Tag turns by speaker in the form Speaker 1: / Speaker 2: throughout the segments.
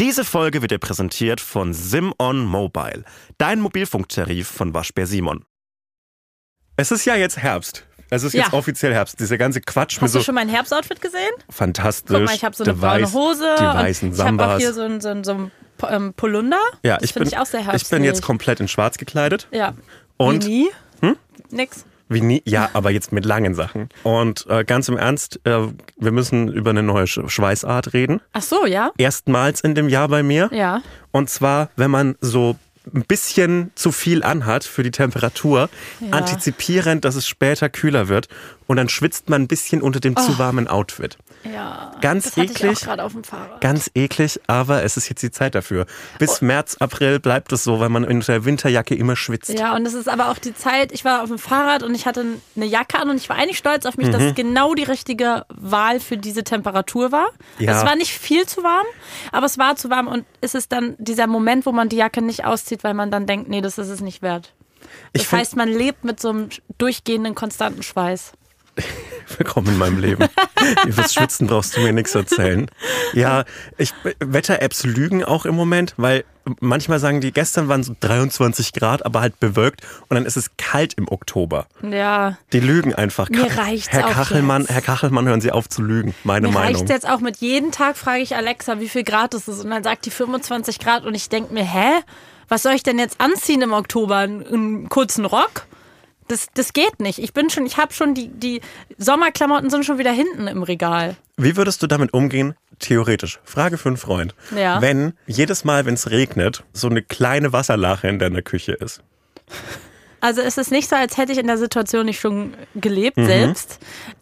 Speaker 1: Diese Folge wird dir präsentiert von Simon Mobile, dein Mobilfunktarif von Waschbär Simon. Es ist ja jetzt Herbst. Es ist jetzt
Speaker 2: Ja.
Speaker 1: offiziell Herbst. Dieser ganze Quatsch mit
Speaker 2: Hast
Speaker 1: so
Speaker 2: du schon mein Herbstoutfit gesehen?
Speaker 1: fantastisch.
Speaker 2: Guck mal, ich habe so eine
Speaker 1: der
Speaker 2: braune
Speaker 1: weiß-
Speaker 2: Hose.
Speaker 1: Die
Speaker 2: und
Speaker 1: weißen
Speaker 2: ich habe auch
Speaker 1: Sambas.
Speaker 2: hier so ein, so ein, so ein P- ähm, Polunder.
Speaker 1: ja,
Speaker 2: das
Speaker 1: ich
Speaker 2: finde
Speaker 1: bin,
Speaker 2: ich auch sehr
Speaker 1: ich
Speaker 2: herbstlich.
Speaker 1: bin jetzt komplett in schwarz gekleidet.
Speaker 2: Ja.
Speaker 1: Und- Hm?
Speaker 2: Wie nie? Nix.
Speaker 1: Wie nie, ja, aber jetzt mit langen Sachen. Und äh, ganz im Ernst, äh, wir müssen über eine neue Sch Schweißart reden.
Speaker 2: Ach so, ja.
Speaker 1: Erstmals in dem Jahr bei mir.
Speaker 2: Ja.
Speaker 1: Und zwar, wenn man so ein bisschen zu viel anhat für die Temperatur,
Speaker 2: Ja.
Speaker 1: antizipierend, dass es später kühler wird. Und dann schwitzt man ein bisschen unter dem zu warmen Outfit.
Speaker 2: Ja.
Speaker 1: Ganz
Speaker 2: Oh. das hatte
Speaker 1: eklig.
Speaker 2: Ich auch gerade auf dem Fahrrad.
Speaker 1: Ganz eklig, aber es ist jetzt die Zeit dafür.
Speaker 2: Oh.
Speaker 1: Bis März, April bleibt es so, weil man unter der Winterjacke immer schwitzt.
Speaker 2: Ja, und es ist aber auch die Zeit, ich war auf dem Fahrrad und ich hatte eine Jacke an und ich war eigentlich stolz auf mich, dass
Speaker 1: Mhm.
Speaker 2: es genau die richtige Wahl für diese Temperatur war.
Speaker 1: Ja.
Speaker 2: Es war nicht viel zu warm, aber es war zu warm und es ist dann dieser Moment, wo man die Jacke nicht auszieht, weil man dann denkt, nee, das ist es nicht wert. Das
Speaker 1: Ich find-
Speaker 2: heißt, man lebt mit so einem durchgehenden, konstanten Schweiß.
Speaker 1: Willkommen in meinem Leben. Fürs Schwitzen brauchst du mir nichts erzählen. Ja, ich Wetter-Apps lügen auch im Moment, weil manchmal sagen die, gestern waren so 23 Grad, aber halt bewölkt und dann ist es kalt im Oktober.
Speaker 2: Ja,
Speaker 1: Die lügen einfach.
Speaker 2: Mir
Speaker 1: Ka-
Speaker 2: reicht's
Speaker 1: Herr
Speaker 2: auch
Speaker 1: Kachelmann,
Speaker 2: jetzt.
Speaker 1: Herr Kachelmann, hören Sie auf zu lügen. Meine
Speaker 2: mir
Speaker 1: Meinung.
Speaker 2: reicht jetzt auch mit jedem Tag, frage ich Alexa, wie viel Grad es ist. Und dann sagt die 25 Grad und ich denke mir, hä? Was soll ich denn jetzt anziehen im Oktober? Einen, einen kurzen Rock? Das, das geht nicht. Ich bin schon, ich habe schon die, die Sommerklamotten sind schon wieder hinten im Regal.
Speaker 1: Wie würdest du damit umgehen? Theoretisch. Frage für einen Freund.
Speaker 2: Ja.
Speaker 1: Wenn jedes Mal, wenn es regnet, so eine kleine Wasserlache in deiner Küche ist.
Speaker 2: Also es ist nicht so, als hätte ich in der Situation nicht schon gelebt selbst.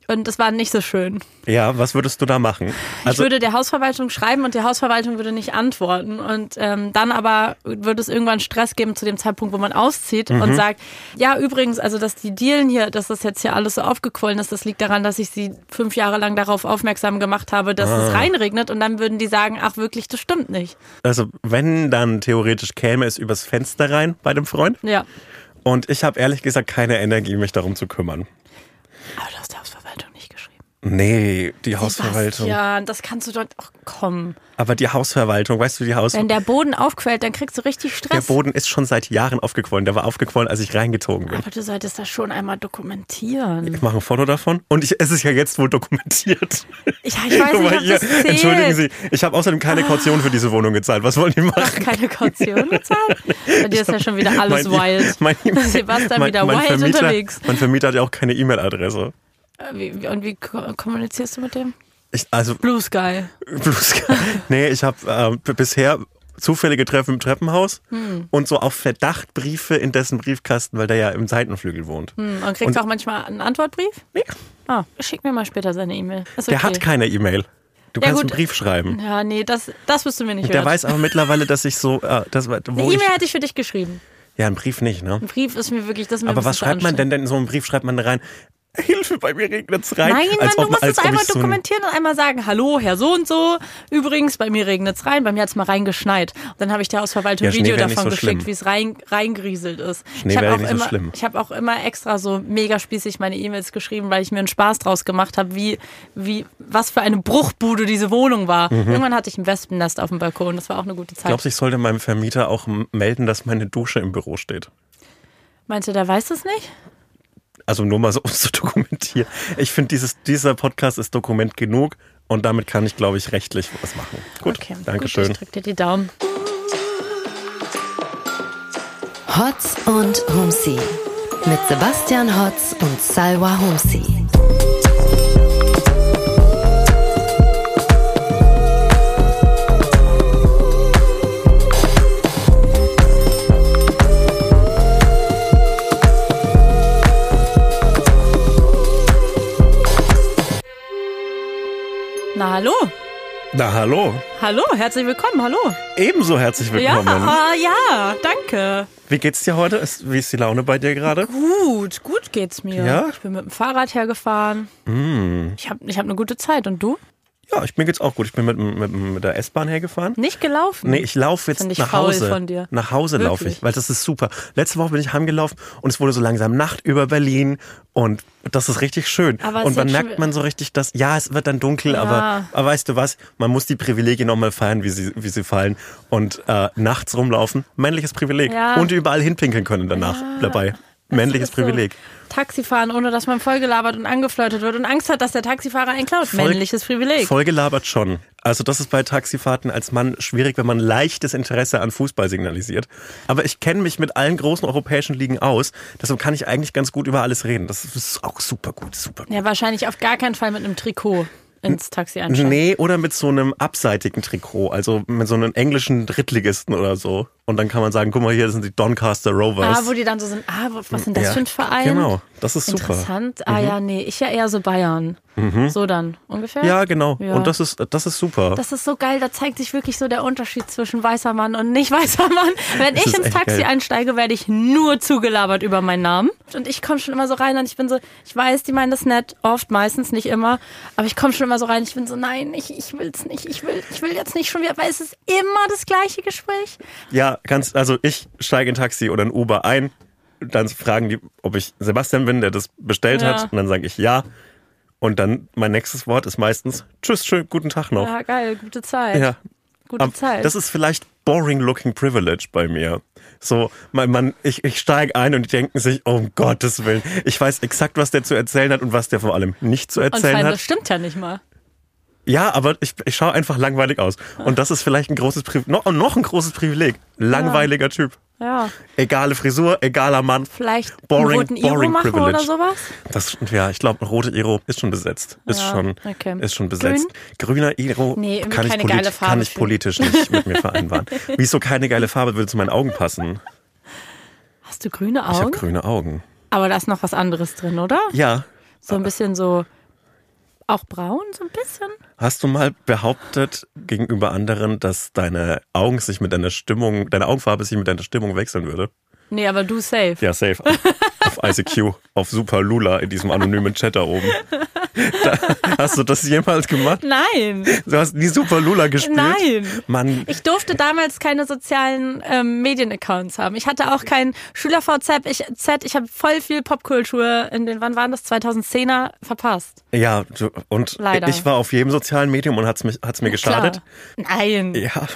Speaker 2: Und es war nicht so schön.
Speaker 1: Ja, was würdest du da machen? Also
Speaker 2: ich würde der Hausverwaltung schreiben und die Hausverwaltung würde nicht antworten. Und ähm, dann aber würde es irgendwann Stress geben zu dem Zeitpunkt, wo man auszieht
Speaker 1: Mhm.
Speaker 2: und sagt, ja, übrigens, also dass die Dielen hier, dass das jetzt hier alles so aufgequollen ist, das liegt daran, dass ich sie fünf Jahre lang darauf aufmerksam gemacht habe, dass
Speaker 1: Ah.
Speaker 2: es reinregnet. Und dann würden die sagen, ach wirklich, das stimmt nicht.
Speaker 1: Also, wenn dann theoretisch käme es übers Fenster rein bei dem Freund.
Speaker 2: Ja.
Speaker 1: Und ich habe ehrlich gesagt keine Energie, mich darum zu kümmern.
Speaker 2: Aber du hast der Hausverwaltung nicht geschrieben.
Speaker 1: Nee, die Hausverwaltung.
Speaker 2: Ja, das kannst du dort auch kommen.
Speaker 1: Aber die Hausverwaltung, weißt du, die
Speaker 2: Wenn
Speaker 1: Hausverwaltung.
Speaker 2: der Boden aufquellt, dann kriegst du richtig
Speaker 1: Der
Speaker 2: Stress.
Speaker 1: Boden ist schon seit Jahren aufgequollen. Der war aufgequollen, als ich reingezogen bin.
Speaker 2: aber du solltest das schon einmal dokumentieren.
Speaker 1: Ich mache ein Foto davon und ich, es ist ja jetzt wohl dokumentiert.
Speaker 2: Ich, ich weiß
Speaker 1: Guck
Speaker 2: nicht,
Speaker 1: mal
Speaker 2: ob das
Speaker 1: hier.
Speaker 2: zählt. Ah.
Speaker 1: Entschuldigen Sie, ich habe außerdem keine Kaution für diese Wohnung gezahlt. Was wollen die
Speaker 2: Ach,
Speaker 1: machen?
Speaker 2: keine Kaution gezahlt? Bei dir ist ja schon wieder alles
Speaker 1: Mein- E-
Speaker 2: wild.
Speaker 1: mein-
Speaker 2: Sebastian wieder wild
Speaker 1: Vermieter,
Speaker 2: unterwegs.
Speaker 1: Mein Vermieter hat ja auch keine E-Mail-Adresse.
Speaker 2: Äh, Wie, wie- und wie ko- kommunizierst du mit dem?
Speaker 1: Ich- Also
Speaker 2: Blue Sky.
Speaker 1: Blue Sky. nee, ich habe ähm, b- bisher zufällige Treffen im Treppenhaus
Speaker 2: Hm.
Speaker 1: und so auf Verdacht Briefe in dessen Briefkasten, weil der ja im Seitenflügel wohnt.
Speaker 2: Hm, Und kriegst du auch manchmal einen Antwortbrief?
Speaker 1: Nee,
Speaker 2: Ah, schick mir mal später seine E-Mail. Ist
Speaker 1: der
Speaker 2: okay.
Speaker 1: hat keine E-Mail. Du
Speaker 2: Ja,
Speaker 1: kannst
Speaker 2: gut. Hm.
Speaker 1: einen Brief schreiben.
Speaker 2: Ja, nee, das, das wirst du mir nicht
Speaker 1: Der
Speaker 2: hören.
Speaker 1: weiß aber mittlerweile, dass ich so, äh, das,
Speaker 2: Eine
Speaker 1: wo ich,
Speaker 2: E-Mail hätte ich für dich geschrieben.
Speaker 1: ja, einen Brief nicht, ne?
Speaker 2: Ein Brief ist mir wirklich das ist mir ein
Speaker 1: Aber was
Speaker 2: bisschen
Speaker 1: schreibt man
Speaker 2: zu
Speaker 1: denn denn in so einen Brief? Schreibt man rein, Hilfe, bei mir regnet's rein.
Speaker 2: Nein, Mann,
Speaker 1: Als
Speaker 2: du
Speaker 1: ob-
Speaker 2: musst
Speaker 1: als
Speaker 2: es
Speaker 1: ob ich
Speaker 2: einmal
Speaker 1: so ein-
Speaker 2: dokumentieren und einmal sagen, hallo, Herr so und so, übrigens, bei mir regnet es rein, bei mir hat es mal reingeschneit. Und dann habe ich der Hausverwaltung
Speaker 1: Ja,
Speaker 2: ein
Speaker 1: Schnee
Speaker 2: Video
Speaker 1: wär nicht
Speaker 2: davon
Speaker 1: so schlimm.
Speaker 2: geschickt, wie es rein, reingerieselt ist.
Speaker 1: Schnee
Speaker 2: ich
Speaker 1: wär
Speaker 2: habe auch,
Speaker 1: nicht so
Speaker 2: immer-
Speaker 1: schlimm.
Speaker 2: ich hab auch immer extra so mega spießig meine E-Mails geschrieben, weil ich mir einen Spaß draus gemacht habe, wie, wie, was für eine Bruchbude diese Wohnung war. Irgendwann hatte ich ein Wespennest auf dem Balkon, das war auch eine gute Zeit.
Speaker 1: Mhm. Glaubst du, ich sollte meinem Vermieter auch m- melden, dass meine Dusche im Büro steht?
Speaker 2: Meinst du, der weiß das nicht?
Speaker 1: Also nur mal so, um es zu dokumentieren. Ich finde, dieses- dieser Podcast ist Dokument genug und damit kann ich, glaube ich, rechtlich was machen. Gut,
Speaker 2: okay,
Speaker 1: danke
Speaker 2: gut,
Speaker 1: schön.
Speaker 2: Ich drück dir die Daumen.
Speaker 3: Hotz und Humsi. Mit Sebastian Hotz und Salwa Humsi.
Speaker 2: Na hallo,
Speaker 1: Na hallo,
Speaker 2: hallo, herzlich willkommen, hallo.
Speaker 1: ebenso herzlich willkommen.
Speaker 2: Ja, ah, ja, danke.
Speaker 1: Wie geht's dir heute? Ist, wie ist die Laune bei dir gerade?
Speaker 2: Gut, gut geht's mir.
Speaker 1: Ja? Hm.
Speaker 2: Ich bin mit dem Fahrrad hergefahren. Ich habe ich hab eine gute Zeit. Und du?
Speaker 1: Ja, ich, mir geht's auch gut. Ich bin mit, mit, mit der S-Bahn hergefahren.
Speaker 2: Nicht gelaufen?
Speaker 1: Nee, ich laufe jetzt
Speaker 2: Find ich
Speaker 1: nach
Speaker 2: faul
Speaker 1: Hause.
Speaker 2: von dir.
Speaker 1: Nach Hause laufe
Speaker 2: Wirklich?
Speaker 1: ich, weil das ist super. Letzte Woche bin ich heimgelaufen und es wurde so langsam Nacht über Berlin und das ist richtig schön.
Speaker 2: Aber es
Speaker 1: und dann
Speaker 2: wird
Speaker 1: merkt
Speaker 2: schon-
Speaker 1: man so richtig, dass ja, es wird dann dunkel, aber,
Speaker 2: Ja.
Speaker 1: aber weißt du was, man muss die Privilegien nochmal feiern, wie sie, wie sie fallen und äh, nachts rumlaufen, männliches Privileg
Speaker 2: Ja.
Speaker 1: und überall hinpinkeln können danach dabei. Männliches
Speaker 2: Das ist so.
Speaker 1: Privileg.
Speaker 2: Taxifahren, ohne dass man vollgelabert und angeflirtet wird und Angst hat, dass der Taxifahrer einen klaut.
Speaker 1: Voll-
Speaker 2: Männliches Privileg.
Speaker 1: Vollgelabert schon. Also das ist bei Taxifahrten als Mann schwierig, wenn man leichtes Interesse an Fußball signalisiert. Aber ich kenne mich mit allen großen europäischen Ligen aus, deshalb kann ich eigentlich ganz gut über alles reden. Das ist auch super gut, super gut.
Speaker 2: Ja, wahrscheinlich auf gar keinen Fall mit einem Trikot ins Taxi einsteigen.
Speaker 1: Nee, oder mit so einem abseitigen Trikot, also mit so einem englischen Drittligisten oder so. Und dann kann man sagen, guck mal, hier sind die Doncaster Rovers.
Speaker 2: Ah, wo die dann so sind, ah, wo- was sind das
Speaker 1: Ja,
Speaker 2: für ein Verein?
Speaker 1: Genau, das ist super. Mhm.
Speaker 2: Interessant. Ah ja, nee, ich ja eher so Bayern. So dann ungefähr.
Speaker 1: Ja, genau.
Speaker 2: Ja.
Speaker 1: Und das ist, das ist super.
Speaker 2: Das ist so geil, da zeigt sich wirklich so der Unterschied zwischen weißer Mann und nicht weißer Mann. Wenn
Speaker 1: Das
Speaker 2: ich
Speaker 1: ist
Speaker 2: ins
Speaker 1: echt
Speaker 2: Taxi
Speaker 1: geil.
Speaker 2: einsteige, werde ich nur zugelabert über meinen Namen. Und ich komme schon immer so rein und ich bin so, ich weiß, die meinen das nett, oft, meistens, nicht immer. Aber ich komme schon immer so rein, ich bin so, nein, ich, ich will's nicht, ich will, ich will jetzt nicht schon wieder, weil es ist immer das gleiche Gespräch.
Speaker 1: Ja, ganz, also ich steige in ein Taxi oder ein Uber ein, dann fragen die, ob ich Sebastian bin, der das bestellt
Speaker 2: Ja.
Speaker 1: hat, und dann sage ich ja. Und dann mein nächstes Wort ist meistens Tschüss, schön, guten Tag noch.
Speaker 2: Ja, geil, gute Zeit.
Speaker 1: Oh. Ja.
Speaker 2: Gute
Speaker 1: Ab-
Speaker 2: Zeit.
Speaker 1: Das ist vielleicht boring looking privilege bei mir. So, man, man, ich, ich steige ein und die denken sich, oh, um Gottes Willen, ich weiß exakt, was der zu erzählen hat und was der vor allem nicht zu
Speaker 2: und vor
Speaker 1: erzählen
Speaker 2: allem,
Speaker 1: hat.
Speaker 2: das stimmt ja nicht mal.
Speaker 1: Ja, aber ich, ich schaue einfach langweilig aus. Und das ist vielleicht ein großes Privileg, noch, noch ein großes Privileg. Langweiliger Typ.
Speaker 2: Ja.
Speaker 1: Egale Frisur, egaler Mann.
Speaker 2: Vielleicht
Speaker 1: Boring-
Speaker 2: einen roten Iro
Speaker 1: boring
Speaker 2: machen oder
Speaker 1: privilege.
Speaker 2: sowas?
Speaker 1: Das, ja, ich glaube, rote Iro ist schon besetzt. Ist
Speaker 2: Ja,
Speaker 1: schon,
Speaker 2: okay.
Speaker 1: ist schon besetzt. Grüner Iro
Speaker 2: Nee, irgendwie
Speaker 1: kann, ich
Speaker 2: keine
Speaker 1: polit-
Speaker 2: geile Farbe
Speaker 1: kann ich
Speaker 2: für-
Speaker 1: politisch nicht mit mir vereinbaren. Wieso keine geile Farbe würde zu meinen Augen passen?
Speaker 2: Hast du grüne
Speaker 1: Ich habe
Speaker 2: Augen?
Speaker 1: grüne Augen.
Speaker 2: Aber da ist noch was anderes drin, oder?
Speaker 1: Ja.
Speaker 2: So ein bisschen so. Auch braun, so ein bisschen.
Speaker 1: Hast du mal behauptet gegenüber anderen, dass deine Augen sich mit deiner Stimmung, deine Augenfarbe sich mit deiner Stimmung wechseln würde?
Speaker 2: Nee, aber du safe.
Speaker 1: Ja, safe. Auf, auf ICQ, auf Super Lula in diesem anonymen Chat da oben. Da, hast du das jemals gemacht?
Speaker 2: Nein,
Speaker 1: Du hast nie Super Lula gespielt?
Speaker 2: Nein.
Speaker 1: Mann,
Speaker 2: ich durfte damals keine sozialen ähm, Medienaccounts haben. Ich hatte auch keinen Schüler-VZ. Ich, Z, ich habe voll viel Popkultur in den, wann waren das, 2010er verpasst.
Speaker 1: Ja, du, und
Speaker 2: Leider.
Speaker 1: ich war auf jedem sozialen Medium und hat's mich, hat's mir geschadet.
Speaker 2: Klar. Nein.
Speaker 1: Ja,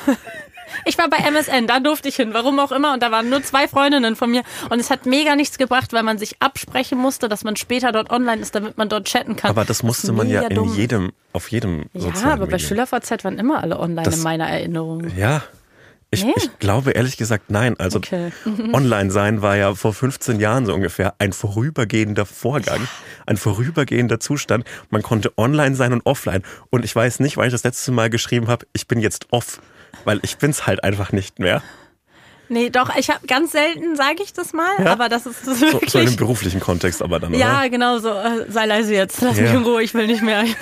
Speaker 2: Ich war bei MSN, da durfte ich hin, warum auch immer. Und da waren nur zwei Freundinnen von mir. Und es hat mega nichts gebracht, weil man sich absprechen musste, dass man später dort online ist, damit man dort chatten kann.
Speaker 1: aber das musste
Speaker 2: ist
Speaker 1: man ja
Speaker 2: mega
Speaker 1: in
Speaker 2: dumm.
Speaker 1: jedem, auf jedem sozialen
Speaker 2: Ja, aber bei
Speaker 1: Medium.
Speaker 2: SchülerVZ waren immer alle online
Speaker 1: Das-
Speaker 2: in meiner Erinnerung.
Speaker 1: Ja. Ich,
Speaker 2: Nee?
Speaker 1: ich glaube ehrlich gesagt, nein. Also
Speaker 2: Okay.
Speaker 1: online sein war ja vor 15 Jahren so ungefähr ein vorübergehender Vorgang, ein vorübergehender Zustand. Man konnte online sein und offline. Und ich weiß nicht, weil ich das letzte Mal geschrieben habe, ich bin jetzt off, weil ich bin's halt einfach nicht mehr.
Speaker 2: Nee, doch, ich habe ganz selten, sage ich das mal, aber das ist das
Speaker 1: So, so in
Speaker 2: wirklich.
Speaker 1: dem beruflichen Kontext aber dann,
Speaker 2: ja,
Speaker 1: oder?
Speaker 2: genau so. Äh, sei leise jetzt. Lass
Speaker 1: Ja.
Speaker 2: mich in Ruhe, ich will nicht mehr. Ich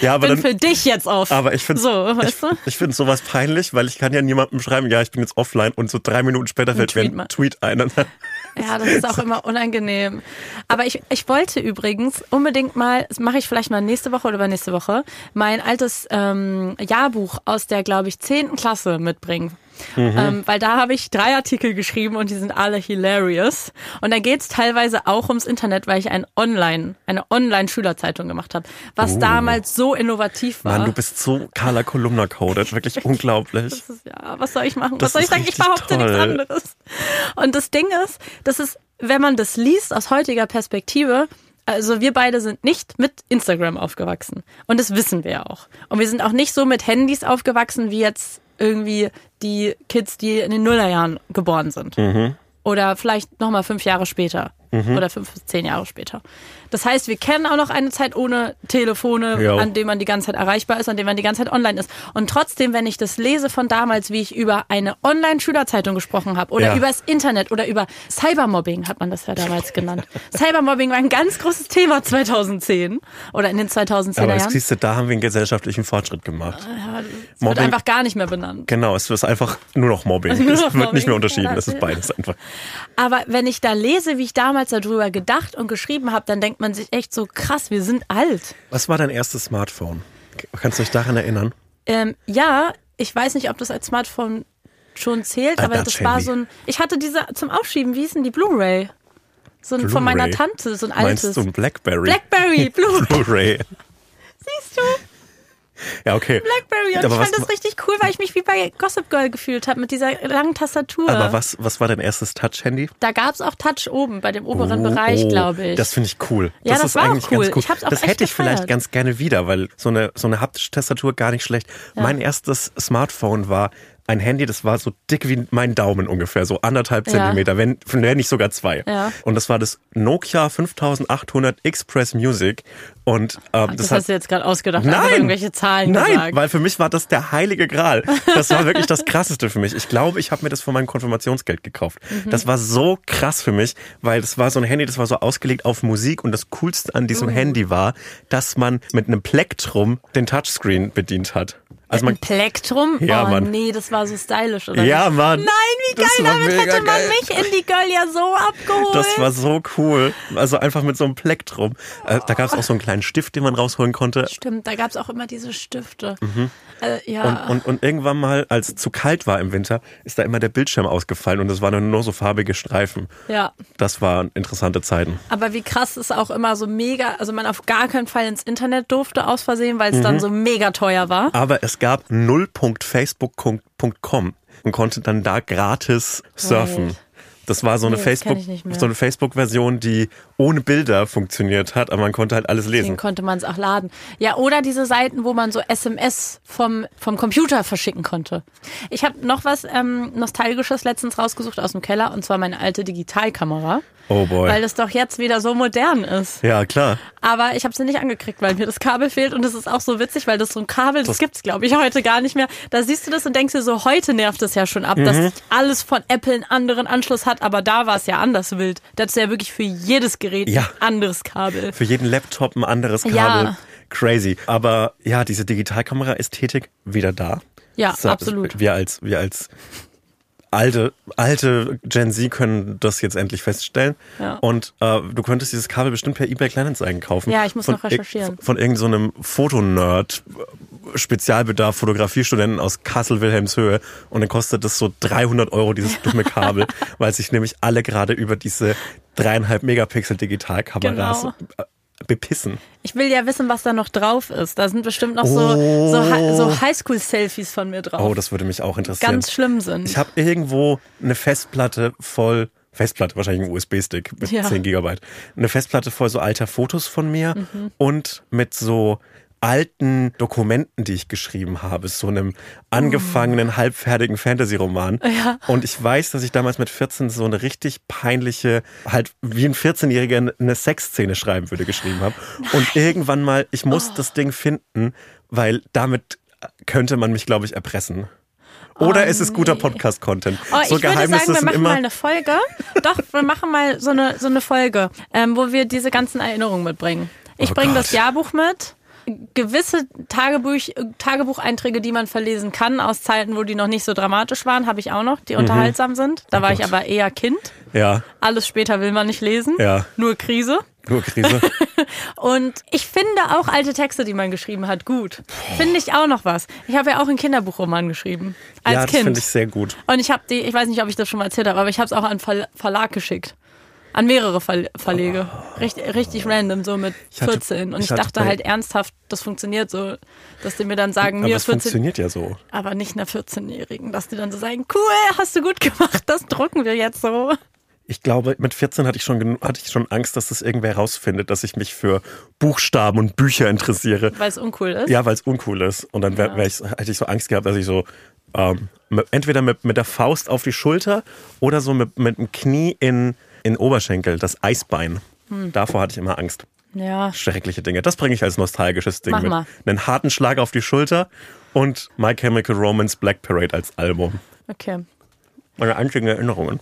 Speaker 1: Ja, aber
Speaker 2: bin für dich jetzt auf.
Speaker 1: Aber ich finde
Speaker 2: So, weißt
Speaker 1: ich,
Speaker 2: du?
Speaker 1: ich find's sowas peinlich, weil ich kann ja niemandem schreiben, ja, ich bin jetzt offline und so drei Minuten später fällt mir
Speaker 2: Tweet
Speaker 1: ein
Speaker 2: mal.
Speaker 1: Tweet ein. Und dann,
Speaker 2: Ja, das ist auch immer unangenehm. Aber ich, ich wollte übrigens unbedingt mal, das mache ich vielleicht mal nächste Woche oder übernächste Woche, mein altes ähm, Jahrbuch aus der, glaube ich, 10. Klasse mitbringen.
Speaker 1: Mhm.
Speaker 2: Ähm, weil da habe ich drei Artikel geschrieben und die sind alle hilarious. Und da geht's teilweise auch ums Internet, weil ich ein Online, eine Online-Schülerzeitung gemacht habe, was damals so innovativ war.
Speaker 1: Oh. Mann, du bist so Carla Kolumna coded, wirklich unglaublich.
Speaker 2: Das ist, ja, was soll ich machen?
Speaker 1: Das
Speaker 2: was soll
Speaker 1: ist
Speaker 2: ich sagen? Ich
Speaker 1: richtig
Speaker 2: behaupte nichts
Speaker 1: toll.
Speaker 2: anderes. Und das Ding ist, das ist, wenn man das liest aus heutiger Perspektive, also wir beide sind nicht mit Instagram aufgewachsen. Und das wissen wir ja auch. Und wir sind auch nicht so mit Handys aufgewachsen, wie jetzt irgendwie die Kids, die in den Nullerjahren geboren sind.
Speaker 1: Mhm.
Speaker 2: Oder vielleicht nochmal fünf Jahre später. Oder fünf bis zehn Jahre später. Das heißt, wir kennen auch noch eine Zeit ohne Telefone,
Speaker 1: Ja.
Speaker 2: an dem man die ganze Zeit erreichbar ist, an dem man die ganze Zeit online ist. Und trotzdem, wenn ich das lese von damals, wie ich über eine Online-Schülerzeitung gesprochen habe oder
Speaker 1: Ja.
Speaker 2: über das Internet oder über Cybermobbing, hat man das ja damals genannt. Cybermobbing war ein ganz großes Thema 2010 oder in den 2010er
Speaker 1: Aber jetzt
Speaker 2: Jahren.
Speaker 1: siehst du, da haben wir einen gesellschaftlichen Fortschritt gemacht.
Speaker 2: Es wird
Speaker 1: Mobbing-
Speaker 2: einfach gar nicht mehr benannt.
Speaker 1: Genau, es ist einfach nur noch Mobbing.
Speaker 2: Nur
Speaker 1: es wird
Speaker 2: noch
Speaker 1: nicht
Speaker 2: Mobbing.
Speaker 1: mehr unterschieden, es ist
Speaker 2: Ja.
Speaker 1: beides einfach.
Speaker 2: Aber wenn ich da lese, wie ich damals darüber gedacht und geschrieben habe, dann denkt man sich echt so krass, wir sind alt.
Speaker 1: Was war dein erstes Smartphone? Kannst du dich daran erinnern?
Speaker 2: Ähm, ja, ich weiß nicht, ob das als Smartphone schon zählt,
Speaker 1: Ah,
Speaker 2: aber
Speaker 1: das
Speaker 2: das war
Speaker 1: Handy.
Speaker 2: so ein. Ich hatte diese zum Aufschieben, wie hieß denn die Blu-ray? So ein
Speaker 1: Blu-ray?
Speaker 2: von meiner Tante, so ein altes.
Speaker 1: Meinst du ein Blackberry?
Speaker 2: Blackberry, Blu-ray,
Speaker 1: Blu-ray.
Speaker 2: siehst du?
Speaker 1: Ja, okay.
Speaker 2: Blackberry. Und
Speaker 1: aber
Speaker 2: ich
Speaker 1: was,
Speaker 2: fand das richtig cool, weil ich mich wie bei Gossip Girl gefühlt habe mit dieser langen Tastatur.
Speaker 1: Aber was, was war dein erstes Touch-Handy?
Speaker 2: Da gab's auch Touch oben bei dem oberen
Speaker 1: Oh,
Speaker 2: Bereich,
Speaker 1: oh,
Speaker 2: glaube ich.
Speaker 1: Das finde ich cool.
Speaker 2: Ja, das
Speaker 1: ist
Speaker 2: war auch
Speaker 1: eigentlich
Speaker 2: cool.
Speaker 1: ganz cool.
Speaker 2: Ich hab's auch
Speaker 1: das
Speaker 2: echt
Speaker 1: hätte ich vielleicht
Speaker 2: gefeiert.
Speaker 1: ganz gerne wieder, weil so eine, so eine haptische Tastatur gar nicht schlecht. Mein erstes Smartphone war ein Handy, das war so dick wie mein Daumen ungefähr, so anderthalb
Speaker 2: Ja.
Speaker 1: Zentimeter, wenn, wenn nicht sogar zwei.
Speaker 2: Ja.
Speaker 1: Und das war das Nokia 5800 Express Music. Und ähm, das,
Speaker 2: das
Speaker 1: hat
Speaker 2: hast du jetzt gerade ausgedacht.
Speaker 1: Nein.
Speaker 2: einfach irgendwelche Zahlen
Speaker 1: Nein,
Speaker 2: gesagt.
Speaker 1: weil für mich war das der heilige Gral. Das war wirklich das Krasseste für mich. Ich glaube, ich habe mir das von meinem Konfirmationsgeld gekauft.
Speaker 2: Mhm.
Speaker 1: Das war so krass für mich, weil das war so ein Handy, das war so ausgelegt auf Musik und das Coolste an
Speaker 2: Mhm.
Speaker 1: diesem Handy war, dass man mit einem Plektrum den Touchscreen bedient hat. Also man,
Speaker 2: Ein Plektrum?
Speaker 1: Ja,
Speaker 2: oh
Speaker 1: Mann.
Speaker 2: nee, das war so stylisch, oder?
Speaker 1: ja, Mann.
Speaker 2: Äh, Nein, wie geil,
Speaker 1: Das war
Speaker 2: damit
Speaker 1: mega
Speaker 2: hätte man
Speaker 1: geil.
Speaker 2: mich in die Girl ja so abgeholt.
Speaker 1: Das war so cool. Also einfach mit so einem Plektrum. Äh, da gab es auch so einen kleinen Stift, den man rausholen konnte.
Speaker 2: Stimmt, da gab's auch immer diese Stifte. Äh, ja.
Speaker 1: Mhm. Und, und, und irgendwann mal, als es zu kalt war im Winter, ist da immer der Bildschirm ausgefallen und es waren dann nur so farbige Streifen.
Speaker 2: Ja.
Speaker 1: Das waren interessante Zeiten.
Speaker 2: Aber wie krass es auch immer so mega, also man auf gar keinen Fall ins Internet durfte aus Versehen, weil es
Speaker 1: Mhm.
Speaker 2: dann so mega teuer war.
Speaker 1: Aber es gab 0.facebook.com und konnte dann da gratis surfen.
Speaker 2: Wait.
Speaker 1: Das war so eine
Speaker 2: Nee, das kenn
Speaker 1: Facebook,
Speaker 2: ich nicht mehr.
Speaker 1: so eine Facebook-Version, die ohne Bilder funktioniert hat, aber man konnte halt alles
Speaker 2: Deswegen
Speaker 1: lesen.
Speaker 2: konnte man es auch laden. Ja, oder diese Seiten, wo man so SMS vom, vom Computer verschicken konnte. Ich habe noch was ähm, Nostalgisches letztens rausgesucht aus dem Keller, und zwar meine alte Digitalkamera.
Speaker 1: Oh boy.
Speaker 2: Weil das doch jetzt wieder so modern ist.
Speaker 1: Ja, klar.
Speaker 2: Aber ich habe sie nicht angekriegt, weil mir das Kabel fehlt. Und das ist auch so witzig, weil das so ein Kabel, das, gibt's glaube ich heute gar nicht mehr. Da siehst du das und denkst dir so, heute nervt es ja schon ab,
Speaker 1: Mhm.
Speaker 2: dass alles von Apple einen anderen Anschluss hat. Aber da war es ja anders wild. Da ist ja wirklich für jedes Gerät
Speaker 1: Ja.
Speaker 2: ein anderes Kabel.
Speaker 1: Für jeden Laptop ein anderes Kabel.
Speaker 2: Ja.
Speaker 1: Crazy. Aber ja, diese Digitalkamera-Ästhetik wieder da.
Speaker 2: Ja,
Speaker 1: So,
Speaker 2: absolut.
Speaker 1: Wir als, wir als alte, alte Gen Z können das jetzt endlich feststellen.
Speaker 2: Ja.
Speaker 1: Und äh, du könntest dieses Kabel bestimmt per eBay Kleinanzeigen kaufen.
Speaker 2: Ja, ich muss
Speaker 1: von
Speaker 2: noch recherchieren.
Speaker 1: ir- Von irgendeinem so Fotonerd. Spezialbedarf Fotografiestudenten aus Kassel Wilhelmshöhe und dann kostet das so 300 Euro dieses dumme Kabel, weil sich nämlich alle gerade über diese dreieinhalb Megapixel Digitalkameras
Speaker 2: Genau.
Speaker 1: äh, bepissen.
Speaker 2: Ich will ja wissen, was da noch drauf ist. Da sind bestimmt noch
Speaker 1: Oh.
Speaker 2: so, so, Hi- so Highschool-Selfies von mir drauf.
Speaker 1: Oh, das würde mich auch interessieren.
Speaker 2: Ganz schlimm sind.
Speaker 1: Ich habe irgendwo eine Festplatte voll, Festplatte, wahrscheinlich ein USB-Stick mit
Speaker 2: Ja.
Speaker 1: 10 Gigabyte, eine Festplatte voll so alter Fotos von mir und mit so alten Dokumenten, die ich geschrieben habe, so einem angefangenen, halbfertigen Fantasy-Roman. Und ich weiß, dass ich damals mit 14 so eine richtig peinliche, halt wie ein 14-Jähriger eine Sexszene schreiben würde, geschrieben habe. Und irgendwann mal, ich muss das Ding finden, weil damit könnte man mich, glaube ich, erpressen. Oder es ist guter Podcast-Content.
Speaker 2: Oh,
Speaker 1: so
Speaker 2: ich würde
Speaker 1: Geheimnisse
Speaker 2: sagen, wir
Speaker 1: sind
Speaker 2: machen
Speaker 1: immer.
Speaker 2: mal eine Folge. Doch, wir machen mal so eine, so eine Folge, ähm, wo wir diese ganzen Erinnerungen mitbringen. Ich
Speaker 1: Oh
Speaker 2: bringe das
Speaker 1: Gott.
Speaker 2: Jahrbuch mit. Gewisse Tagebuch, Tagebucheinträge, die man verlesen kann, aus Zeiten, wo die noch nicht so dramatisch waren, habe ich auch noch,
Speaker 1: Mhm.
Speaker 2: die unterhaltsam sind.
Speaker 1: Oh
Speaker 2: Da war ich aber eher Kind.
Speaker 1: ja,
Speaker 2: Alles später will man nicht lesen.
Speaker 1: Ja.
Speaker 2: Nur Krise.
Speaker 1: nur Krise.
Speaker 2: Und ich finde auch alte Texte, die man geschrieben hat, gut. Finde ich auch noch was. Ich habe ja auch einen Kinderbuchroman geschrieben. Als
Speaker 1: ja, das
Speaker 2: Kind.
Speaker 1: finde ich sehr gut.
Speaker 2: Und ich habe die, ich weiß nicht, ob ich das schon mal erzählt habe, aber ich habe es auch an Ver Verlag geschickt. An mehrere Ver Verlege. Richt, richtig random, so mit
Speaker 1: hatte-
Speaker 2: 14. Und
Speaker 1: Oh. ich
Speaker 2: ich
Speaker 1: hatte
Speaker 2: dachte
Speaker 1: bei-
Speaker 2: halt ernsthaft, das funktioniert so, dass die mir dann sagen,
Speaker 1: Aber
Speaker 2: mir
Speaker 1: es
Speaker 2: 14,
Speaker 1: funktioniert ja so.
Speaker 2: aber nicht einer 14-Jährigen, dass die dann so sagen, cool, hast du gut gemacht, das drucken wir jetzt so.
Speaker 1: Ich glaube, mit 14 hatte ich schon, genu- hatte ich schon Angst, dass das irgendwer rausfindet, dass ich mich für Buchstaben und Bücher interessiere.
Speaker 2: Weil es uncool ist.
Speaker 1: Ja, weil es uncool ist. Und dann wär, wär ich, hätte ich so Angst gehabt, dass ich so ähm, mit, entweder mit, mit der Faust auf die Schulter oder so mit, mit dem Knie in, in den Oberschenkel, das Eisbein.
Speaker 2: Hm.
Speaker 1: Davor hatte ich immer Angst.
Speaker 2: ja.
Speaker 1: Schreckliche Dinge. Das bringe ich als nostalgisches Ding
Speaker 2: Mach
Speaker 1: mit.
Speaker 2: mal.
Speaker 1: Einen harten Schlag auf die Schulter und My Chemical Romance Black Parade als Album.
Speaker 2: Okay.
Speaker 1: Meine einzigen Erinnerungen.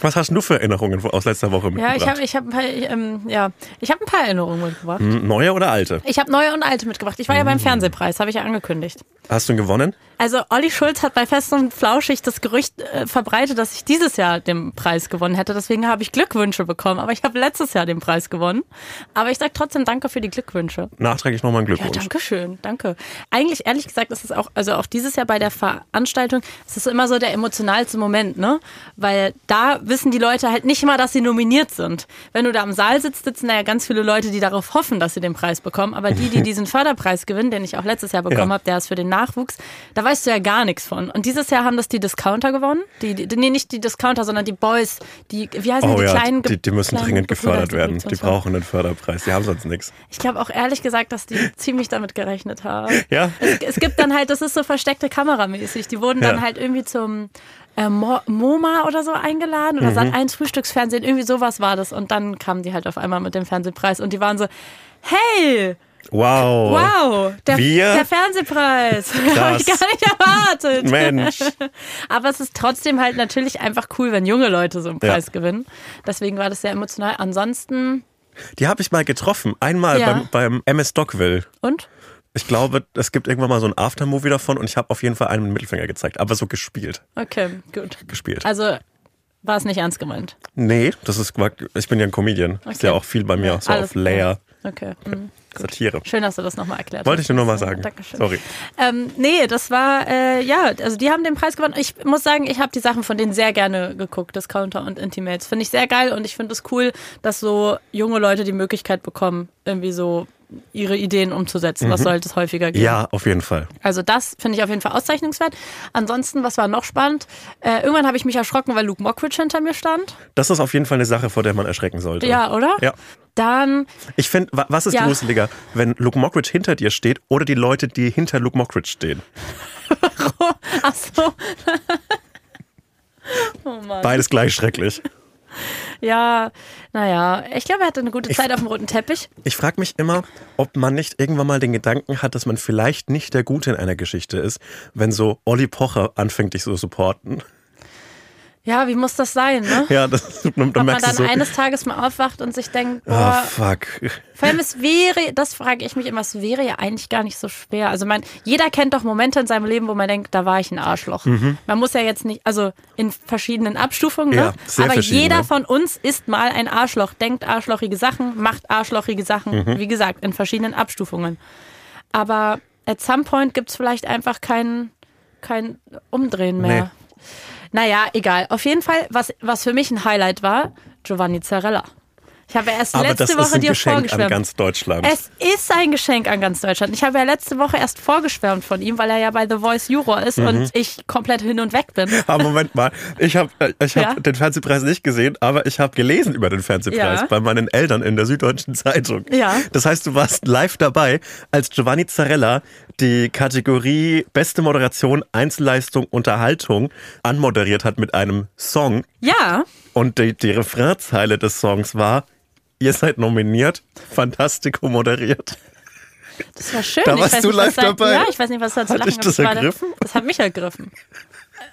Speaker 1: Was hast denn du für Erinnerungen aus letzter Woche
Speaker 2: Ja,
Speaker 1: mitgebracht?
Speaker 2: ich habe ich hab ein, paar, ich, ähm, ja, ich hab ein paar Erinnerungen mitgebracht.
Speaker 1: Mhm. Hm, Neue oder alte? Mhm.
Speaker 2: Ich habe neue und alte mitgebracht. Ich war ja beim Fernsehpreis, habe ich ja angekündigt.
Speaker 1: Hast du ihn gewonnen?
Speaker 2: Also Olli Schulz hat bei Fest und Flauschig das Gerücht äh, verbreitet, dass ich dieses Jahr den Preis gewonnen hätte. Deswegen habe ich Glückwünsche bekommen. Aber ich habe letztes Jahr den Preis gewonnen. Aber ich sage trotzdem danke für die Glückwünsche.
Speaker 1: Nachträglich nochmal einen
Speaker 2: Ja,
Speaker 1: Glückwunsch.
Speaker 2: danke schön, danke. Eigentlich, ehrlich gesagt, ist es auch, also auch dieses Jahr bei der Veranstaltung, ist es immer so der emotionalste Moment, ne? Weil da wissen die Leute halt nicht mal, dass sie nominiert sind. Wenn du da im Saal sitzt, sitzen da ja ganz viele Leute, die darauf hoffen, dass sie den Preis bekommen. Aber die, die diesen Förderpreis gewinnen, den ich auch letztes Jahr bekommen
Speaker 1: Ja.
Speaker 2: habe, der ist für den Nachwuchs, da weißt du ja gar nichts von. Und dieses Jahr haben das die Discounter gewonnen. Die, die, nee, nicht die Discounter, sondern die Boys, die, wie heißen
Speaker 1: Oh
Speaker 2: die, die
Speaker 1: ja,
Speaker 2: kleinen? Ge-
Speaker 1: die, die müssen
Speaker 2: kleinen
Speaker 1: dringend gefördert
Speaker 2: Gebrüder,
Speaker 1: werden. Die
Speaker 2: Produktionsfirmen.
Speaker 1: brauchen einen Förderpreis. Die haben sonst nichts.
Speaker 2: Ich glaube auch ehrlich gesagt, dass die ziemlich damit gerechnet haben.
Speaker 1: Ja.
Speaker 2: Es, es gibt dann halt, das ist so versteckte Kameramäßig. Die wurden dann
Speaker 1: Ja.
Speaker 2: halt irgendwie zum äh, Mo MoMA oder so eingeladen
Speaker 1: Mhm.
Speaker 2: oder Sat 1 Frühstücksfernsehen, irgendwie sowas war das. Und dann kamen die halt auf einmal mit dem Fernsehpreis und die waren so, hey,
Speaker 1: Wow.
Speaker 2: wow, der,
Speaker 1: Wir?
Speaker 2: der Fernsehpreis. Habe ich
Speaker 1: Krass.
Speaker 2: gar nicht erwartet.
Speaker 1: Mensch.
Speaker 2: Aber es ist trotzdem halt natürlich einfach cool, wenn junge Leute so einen
Speaker 1: Ja.
Speaker 2: Preis gewinnen. Deswegen war das sehr emotional. Ansonsten,
Speaker 1: Die habe ich mal getroffen. Einmal
Speaker 2: Ja.
Speaker 1: beim, beim MS Dockville.
Speaker 2: und?
Speaker 1: Ich glaube, es gibt irgendwann mal so ein Aftermovie davon und ich habe auf jeden Fall einen Mittelfinger gezeigt. Aber so gespielt.
Speaker 2: Okay, gut.
Speaker 1: Gespielt.
Speaker 2: Also war es nicht ernst gemeint.
Speaker 1: nee, das ist, ich bin ja ein Comedian. Ist
Speaker 2: Okay.
Speaker 1: ja auch viel bei mir. So
Speaker 2: Alles
Speaker 1: auf Layer,
Speaker 2: Okay. Mhm.
Speaker 1: Satire.
Speaker 2: Schön, dass du das nochmal erklärt
Speaker 1: Wollte ich
Speaker 2: hast.
Speaker 1: dir nur mal sagen.
Speaker 2: Dankeschön.
Speaker 1: Sorry.
Speaker 2: Ähm, nee, das war, äh, ja, also die haben den Preis gewonnen. Ich muss sagen, ich habe die Sachen von denen sehr gerne geguckt, Discounter und Intimates. Finde ich sehr geil und ich finde es cool, dass so junge Leute die Möglichkeit bekommen, irgendwie so ihre Ideen umzusetzen. Das sollte es häufiger geben.
Speaker 1: Mhm. Ja, auf jeden Fall.
Speaker 2: Also das finde ich auf jeden Fall auszeichnungswert. Ansonsten, was war noch spannend? Äh, irgendwann habe ich mich erschrocken, weil Luke Mockridge hinter mir stand.
Speaker 1: Das ist auf jeden Fall eine Sache, vor der man erschrecken sollte.
Speaker 2: Ja, oder?
Speaker 1: Ja.
Speaker 2: Dann
Speaker 1: Ich finde, wa was ist
Speaker 2: Ja.
Speaker 1: gruseliger, wenn Luke Mockridge hinter dir steht oder die Leute, die hinter Luke Mockridge stehen?
Speaker 2: Ach so. oh Mann.
Speaker 1: Beides gleich schrecklich.
Speaker 2: Ja, naja. Ich glaube, er hatte eine gute Zeit auf dem roten Teppich.
Speaker 1: Ich frage mich immer, ob man nicht irgendwann mal den Gedanken hat, dass man vielleicht nicht der Gute in einer Geschichte ist, wenn so Olli Pocher anfängt, dich so supporten.
Speaker 2: Ja, wie muss das sein, ne?
Speaker 1: Ja, das, dann, dann
Speaker 2: Ob man
Speaker 1: merkst
Speaker 2: dann
Speaker 1: du so,
Speaker 2: eines Tages mal aufwacht und sich denkt,
Speaker 1: ah,
Speaker 2: boah,
Speaker 1: fuck.
Speaker 2: vor allem es wäre, das frage ich mich immer, es wäre ja eigentlich gar nicht so schwer. Also mein, jeder kennt doch Momente in seinem Leben, wo man denkt, da war ich ein Arschloch. Man muss ja jetzt nicht, also in verschiedenen Abstufungen,
Speaker 1: Mhm. Ja,
Speaker 2: ne?
Speaker 1: sehr
Speaker 2: Aber
Speaker 1: verschieden,
Speaker 2: jeder
Speaker 1: ne?
Speaker 2: von uns ist mal ein Arschloch, denkt arschlochige Sachen, macht arschlochige Sachen,
Speaker 1: Mhm.
Speaker 2: wie gesagt, in verschiedenen Abstufungen. Aber at some point gibt es vielleicht einfach kein, kein Umdrehen mehr.
Speaker 1: Nee.
Speaker 2: Naja, egal. Auf jeden Fall, was, was für mich ein Highlight war, Giovanni Zarella. Ich habe erst
Speaker 1: Aber das
Speaker 2: letzte
Speaker 1: ist
Speaker 2: Woche
Speaker 1: ein
Speaker 2: dir
Speaker 1: Geschenk an
Speaker 2: vorgeschwärmt.
Speaker 1: ganz Deutschland.
Speaker 2: es ist ein Geschenk an ganz Deutschland. Ich habe ja letzte Woche erst vorgeschwärmt von ihm, weil er ja bei The Voice Juror ist
Speaker 1: Mhm.
Speaker 2: und ich komplett hin und weg bin.
Speaker 1: Aber Moment mal, ich habe ich hab
Speaker 2: Ja?
Speaker 1: den Fernsehpreis nicht gesehen, aber ich habe gelesen über den Fernsehpreis
Speaker 2: Ja.
Speaker 1: bei meinen Eltern in der Süddeutschen Zeitung.
Speaker 2: Ja.
Speaker 1: Das heißt, du warst live dabei, als Giovanni Zarella die Kategorie Beste Moderation, Einzelleistung, Unterhaltung anmoderiert hat mit einem Song.
Speaker 2: Ja,
Speaker 1: Und die, die Refrainzeile des Songs war, ihr seid nominiert, Fantastico moderiert.
Speaker 2: das war schön.
Speaker 1: Da
Speaker 2: Ich
Speaker 1: warst
Speaker 2: weiß
Speaker 1: du
Speaker 2: nicht, was
Speaker 1: live
Speaker 2: da-
Speaker 1: dabei.
Speaker 2: Ja, ich weiß nicht, was da zu
Speaker 1: Hat
Speaker 2: lachen
Speaker 1: dich
Speaker 2: gibt.
Speaker 1: das
Speaker 2: war-
Speaker 1: ergriffen?
Speaker 2: Das hat mich ergriffen.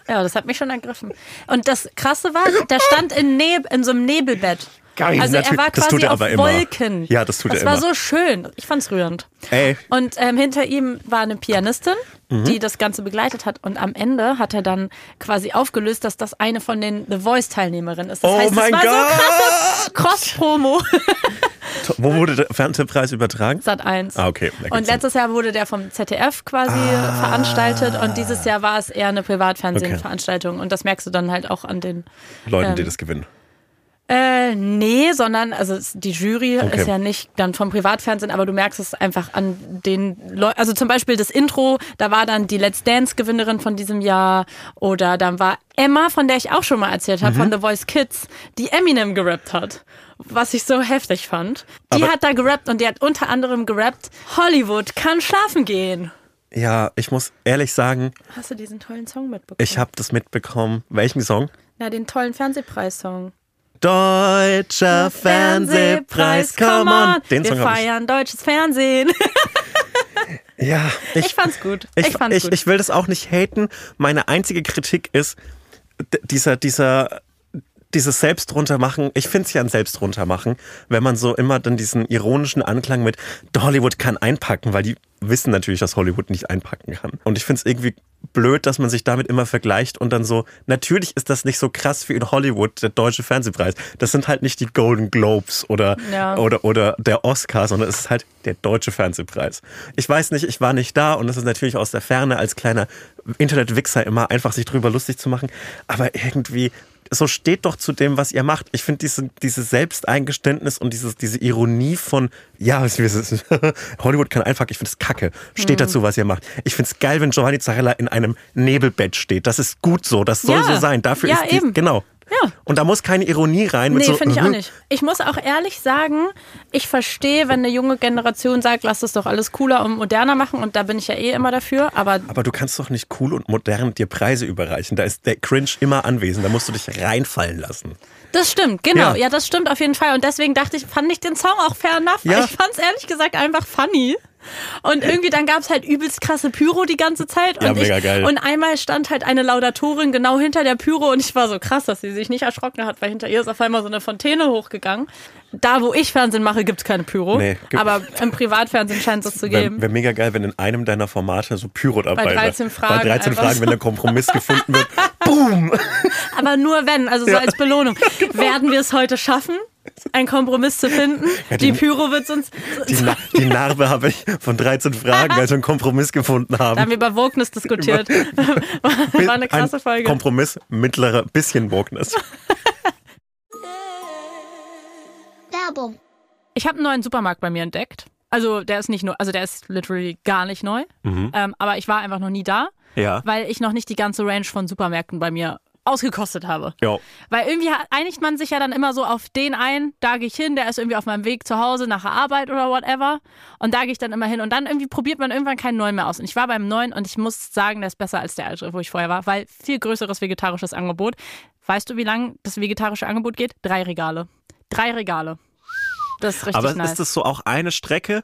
Speaker 2: Ja, das hat mich schon ergriffen. Und das Krasse war, der stand in, Neb in so einem Nebelbett.
Speaker 1: Geil,
Speaker 2: also er
Speaker 1: natürlich.
Speaker 2: war quasi
Speaker 1: Das tut er
Speaker 2: auf
Speaker 1: aber immer.
Speaker 2: Wolken.
Speaker 1: Ja, das tut
Speaker 2: das
Speaker 1: er
Speaker 2: war
Speaker 1: immer.
Speaker 2: so schön. Ich fand's rührend.
Speaker 1: Ey.
Speaker 2: Und ähm, hinter ihm war eine Pianistin,
Speaker 1: Mhm.
Speaker 2: die das Ganze begleitet hat. Und am Ende hat er dann quasi aufgelöst, dass das eine von den The Voice-Teilnehmerinnen ist. Das
Speaker 1: Oh
Speaker 2: heißt,
Speaker 1: mein
Speaker 2: es war
Speaker 1: Gott.
Speaker 2: so krasse Cross-Promo.
Speaker 1: To- Wo wurde der Fernsehpreis übertragen?
Speaker 2: Sat 1.
Speaker 1: Ah, okay. Ah. Da
Speaker 2: Und
Speaker 1: gibt's-
Speaker 2: letztes Jahr wurde der vom ZDF quasi veranstaltet und dieses Jahr war es eher eine Privatfernsehen-Veranstaltung und das merkst du dann halt auch an den.
Speaker 1: Leuten, die
Speaker 2: ähm,
Speaker 1: das gewinnen.
Speaker 2: Äh, nee, sondern also es- die Jury
Speaker 1: Okay.
Speaker 2: ist ja nicht dann vom Privatfernsehen, aber du merkst es einfach an den Leuten. Also zum Beispiel das Intro, da war dann die Let's Dance-Gewinnerin von diesem Jahr oder dann war Emma, von der ich auch schon mal erzählt
Speaker 1: Mhm.
Speaker 2: habe, von The Voice Kids, die Eminem gerappt hat. Was ich so heftig fand. Die
Speaker 1: Aber-
Speaker 2: hat da gerappt und die hat unter anderem gerappt, Hollywood kann schlafen gehen.
Speaker 1: Ja, ich muss ehrlich sagen,
Speaker 2: Hast du diesen tollen Song mitbekommen?
Speaker 1: Ich habe das mitbekommen. Welchen Song?
Speaker 2: Na, den tollen Fernsehpreis-Song.
Speaker 1: Deutscher Fernsehpreis, come on. Den
Speaker 2: Wir
Speaker 1: Song hab ich.
Speaker 2: feiern deutsches Fernsehen.
Speaker 1: Ja, ich,
Speaker 2: Ich fand's gut. Ich,
Speaker 1: ich,
Speaker 2: fand's
Speaker 1: ich,
Speaker 2: gut.
Speaker 1: ich will das auch nicht haten. Meine einzige Kritik ist, d- dieser, dieser, dieses Selbst runtermachen, ich finde es ja ein Selbst runtermachen, wenn man so immer dann diesen ironischen Anklang mit Hollywood kann einpacken, weil die wissen natürlich, dass Hollywood nicht einpacken kann. Und ich finde es irgendwie blöd, dass man sich damit immer vergleicht und dann so, natürlich ist das nicht so krass wie in Hollywood, der deutsche Fernsehpreis. Das sind halt nicht die Golden Globes oder,
Speaker 2: Ja.
Speaker 1: oder, oder der Oscar, sondern es ist halt der deutsche Fernsehpreis. Ich weiß nicht, ich war nicht da und das ist natürlich aus der Ferne als kleiner Internetwichser immer einfach sich drüber lustig zu machen, aber irgendwie so steht doch zu dem, was ihr macht. Ich finde diese, dieses Selbsteingeständnis und dieses, diese Ironie von, ja, es ist, Hollywood kann einfach, ich finde es kacke, steht
Speaker 2: Hm.
Speaker 1: dazu, was ihr macht. Ich finde es geil, wenn Giovanni Zarella in einem Nebelbett steht. Das ist gut so, das soll
Speaker 2: Ja.
Speaker 1: so sein. Dafür
Speaker 2: Ja,
Speaker 1: ist dies,
Speaker 2: eben.
Speaker 1: genau.
Speaker 2: Ja.
Speaker 1: Und da muss keine Ironie rein. mit
Speaker 2: Nee,
Speaker 1: so, mhm.
Speaker 2: finde ich auch nicht. Ich muss auch ehrlich sagen, ich verstehe, wenn eine junge Generation sagt, lass das doch alles cooler und moderner machen und da bin ich ja eh immer dafür, aber
Speaker 1: Aber du kannst doch nicht cool und modern dir Preise überreichen. Da ist der Cringe immer anwesend. Da musst du dich reinfallen lassen.
Speaker 2: das stimmt, genau.
Speaker 1: Ja.
Speaker 2: Ja, das stimmt auf jeden Fall und deswegen dachte ich, fand ich den Song auch fair enough.
Speaker 1: Ja.
Speaker 2: Ich fand es ehrlich gesagt einfach funny. Und irgendwie dann gab es halt übelst krasse Pyro die ganze Zeit.
Speaker 1: Ja,
Speaker 2: und,
Speaker 1: mega
Speaker 2: ich,
Speaker 1: geil.
Speaker 2: und einmal stand halt eine Laudatorin genau hinter der Pyro und ich war so krass, dass sie sich nicht erschrocken hat, weil hinter ihr ist auf einmal so eine Fontäne hochgegangen. Da, wo ich Fernsehen mache, gibt es keine Pyro.
Speaker 1: Nee, gibt-
Speaker 2: aber im Privatfernsehen scheint es zu geben.
Speaker 1: Wäre wär mega geil, wenn in einem deiner Formate so Pyro dabei wäre.
Speaker 2: 13 Fragen
Speaker 1: Bei 13
Speaker 2: einfach
Speaker 1: Fragen,
Speaker 2: so.
Speaker 1: wenn der Kompromiss gefunden wird.
Speaker 2: Aber nur wenn, also so als Belohnung.
Speaker 1: Genau.
Speaker 2: Werden wir es heute schaffen, einen Kompromiss zu finden?
Speaker 1: die-
Speaker 2: die, Pyro wird uns.
Speaker 1: Die, Na die Narbe habe ich von 13 Fragen, als wir einen Kompromiss gefunden
Speaker 2: Da haben
Speaker 1: haben.
Speaker 2: wir über Wokeness diskutiert. War eine krasse
Speaker 1: Ein
Speaker 2: Folge.
Speaker 1: Kompromiss, mittlere, bisschen Wokeness.
Speaker 4: Werbung.
Speaker 2: Ich habe einen neuen Supermarkt bei mir entdeckt. Also der ist nicht nur, also der ist literally gar nicht neu. Ähm, aber ich war einfach noch nie da,
Speaker 1: Ja.
Speaker 2: weil ich noch nicht die ganze Range von Supermärkten bei mir ausgekostet habe.
Speaker 1: Ja.
Speaker 2: Weil irgendwie hat- einigt man sich ja dann immer so auf den ein, da gehe ich hin, der ist irgendwie auf meinem Weg zu Hause, nach der Arbeit oder whatever. Und da gehe ich dann immer hin. Und dann irgendwie probiert man irgendwann keinen neuen mehr aus. Und ich war beim neuen und ich muss sagen, der ist besser als der alte, wo ich vorher war, weil viel größeres vegetarisches Angebot. Weißt du, wie lang das vegetarische Angebot geht? Drei Regale. Drei Regale. Das ist richtig
Speaker 1: Aber
Speaker 2: nice.
Speaker 1: ist es so auch eine Strecke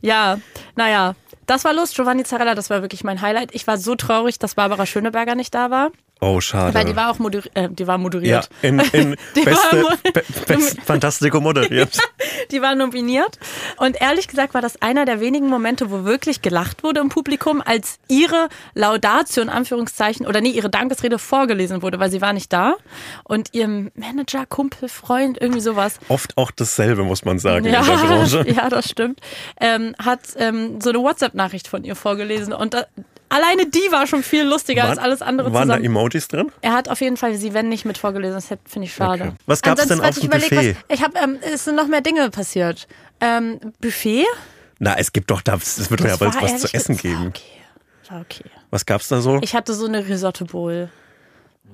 Speaker 2: Ja, naja. Das war Lust, Giovanni Zarella, das war wirklich mein Highlight. Ich war so traurig, dass Barbara Schöneberger nicht da war,
Speaker 1: Oh, schade.
Speaker 2: weil die war auch moderiert. Äh, die war
Speaker 1: ja,
Speaker 2: moderiert.
Speaker 1: in, in
Speaker 2: Die
Speaker 1: beste,
Speaker 2: war
Speaker 1: be, best Fantastico moderiert.
Speaker 2: Die war nominiert. Und ehrlich gesagt war das einer der wenigen Momente, wo wirklich gelacht wurde im Publikum, als ihre Laudatio in Anführungszeichen oder nee, ihre Dankesrede vorgelesen wurde, weil sie war nicht da. Und ihrem Manager, Kumpel, Freund, irgendwie sowas.
Speaker 1: Oft auch dasselbe, muss man sagen, in der
Speaker 2: Ja,
Speaker 1: Branche.
Speaker 2: ja, das stimmt. Ähm, hat ähm, so eine WhatsApp-Nachricht von ihr vorgelesen. Und da, alleine die war schon viel lustiger als alles andere
Speaker 1: Waren da
Speaker 2: zusammen.
Speaker 1: Emojis drin?
Speaker 2: Er hat auf jeden Fall sie, wenn nicht, mit vorgelesen. Das hätte- finde ich schade.
Speaker 1: Okay. Was gab's
Speaker 2: Ansonsten,
Speaker 1: denn auf
Speaker 2: warte,
Speaker 1: dem
Speaker 2: ich überleg,
Speaker 1: Buffet?
Speaker 2: Was, ich habe, ähm, es sind noch mehr Dinge passiert. Ähm, Buffet?
Speaker 1: Na, es gibt doch da, es wird doch ja
Speaker 2: Das
Speaker 1: was,
Speaker 2: war
Speaker 1: was
Speaker 2: ehrlich
Speaker 1: zu essen
Speaker 2: gesagt-
Speaker 1: geben.
Speaker 2: Das War okay. War okay.
Speaker 1: Was gab's da so?
Speaker 2: Ich hatte so eine Risotto Bowl.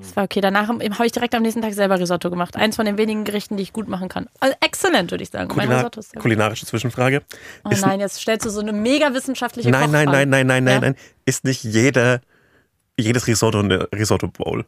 Speaker 2: Das war okay. Danach habe ich direkt am nächsten Tag selber Risotto gemacht. Eins von den wenigen Gerichten, die ich gut machen kann. Also exzellent, würde ich sagen. mein
Speaker 1: Kulina
Speaker 2: Risotto ist sehr gut.
Speaker 1: kulinarische Zwischenfrage.
Speaker 2: Oh
Speaker 1: Ist-
Speaker 2: nein, jetzt stellst du so eine mega wissenschaftliche
Speaker 1: nein, nein,
Speaker 2: Kochfrage.
Speaker 1: nein, nein, nein, nein,
Speaker 2: Ja?
Speaker 1: nein. Ist nicht jeder, jedes Risotto eine Risotto Bowl.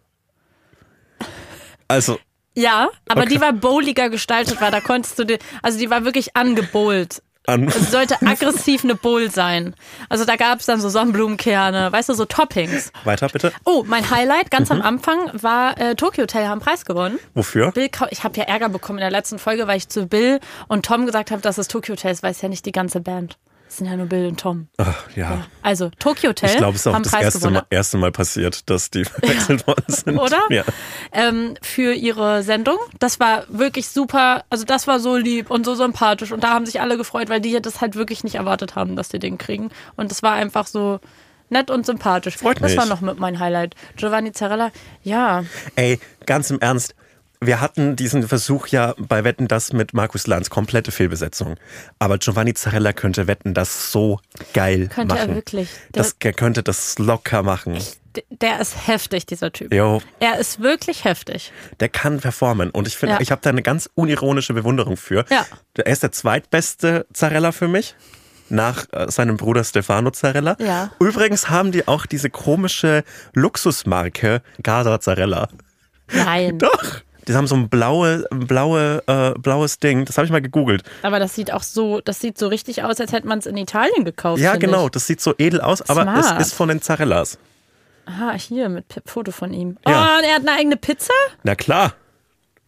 Speaker 1: Also,
Speaker 2: Ja, aber
Speaker 1: Okay.
Speaker 2: die war bowliger gestaltet, weil da konntest du dir, also die war wirklich angebolt.
Speaker 1: an,
Speaker 2: Es sollte aggressiv eine Bowl sein. Also da gab es dann so Sonnenblumenkerne, weißt du, so Toppings.
Speaker 1: weiter bitte.
Speaker 2: Oh, mein Highlight ganz
Speaker 1: Mhm.
Speaker 2: am Anfang war äh, Tokyo Hotel haben Preis gewonnen.
Speaker 1: Wofür?
Speaker 2: Bill, Kau- ich habe ja Ärger bekommen in der letzten Folge, weil ich zu Bill und Tom gesagt habe, dass es Tokyo Hotel ist, weiß ja nicht die ganze Band. Es sind ja nur Bill und Tom.
Speaker 1: Ach, ja.
Speaker 2: Also Tokyo Hotel
Speaker 1: Ah. Ich glaube, es ist auch
Speaker 2: haben
Speaker 1: das
Speaker 2: Preis
Speaker 1: erste
Speaker 2: gewonnen.
Speaker 1: mal, erste mal passiert, dass die verwechselt worden sind.
Speaker 2: Oder?
Speaker 1: Ja.
Speaker 2: ähm, für ihre Sendung. Das war wirklich super. Also das war so lieb und so sympathisch. Und da haben sich alle gefreut, weil die das halt wirklich nicht erwartet haben, dass die den kriegen. Und es war einfach so nett und sympathisch.
Speaker 1: Freut
Speaker 2: das
Speaker 1: mich.
Speaker 2: war noch mit mein Highlight. Giovanni Zarella, ja.
Speaker 1: Ey, ganz im Ernst. Wir hatten diesen Versuch ja bei Wetten das mit Markus Lanz, komplette Fehlbesetzung. Aber Giovanni Zarella könnte Wetten das so geil
Speaker 2: Könnte er
Speaker 1: machen.
Speaker 2: wirklich. Der-
Speaker 1: Das, er könnte das locker machen.
Speaker 2: D- Der ist heftig, dieser Typ.
Speaker 1: Jo,
Speaker 2: Er ist wirklich heftig.
Speaker 1: der kann performen. Und ich finde,
Speaker 2: Ja.
Speaker 1: ich habe da eine ganz unironische Bewunderung für.
Speaker 2: Ja.
Speaker 1: Er ist der zweitbeste Zarella für mich. Nach äh, seinem Bruder Stefano Zarella.
Speaker 2: Ja.
Speaker 1: Übrigens haben die auch diese komische Luxusmarke Gaza Zarella.
Speaker 2: Mhm. Nein.
Speaker 1: Doch. Die haben so ein blaue, blaue, äh, blaues Ding. Das habe ich mal gegoogelt.
Speaker 2: Aber das sieht auch so, das sieht so richtig aus, als hätte man es in Italien gekauft.
Speaker 1: Ja,
Speaker 2: finde
Speaker 1: genau. Das sieht so edel aus, aber
Speaker 2: Smart.
Speaker 1: es ist von den Zarellas.
Speaker 2: Ich. Aha, Ah, hier mit P Foto von ihm.
Speaker 1: Ja.
Speaker 2: Oh, und er hat eine eigene Pizza?
Speaker 1: Na klar.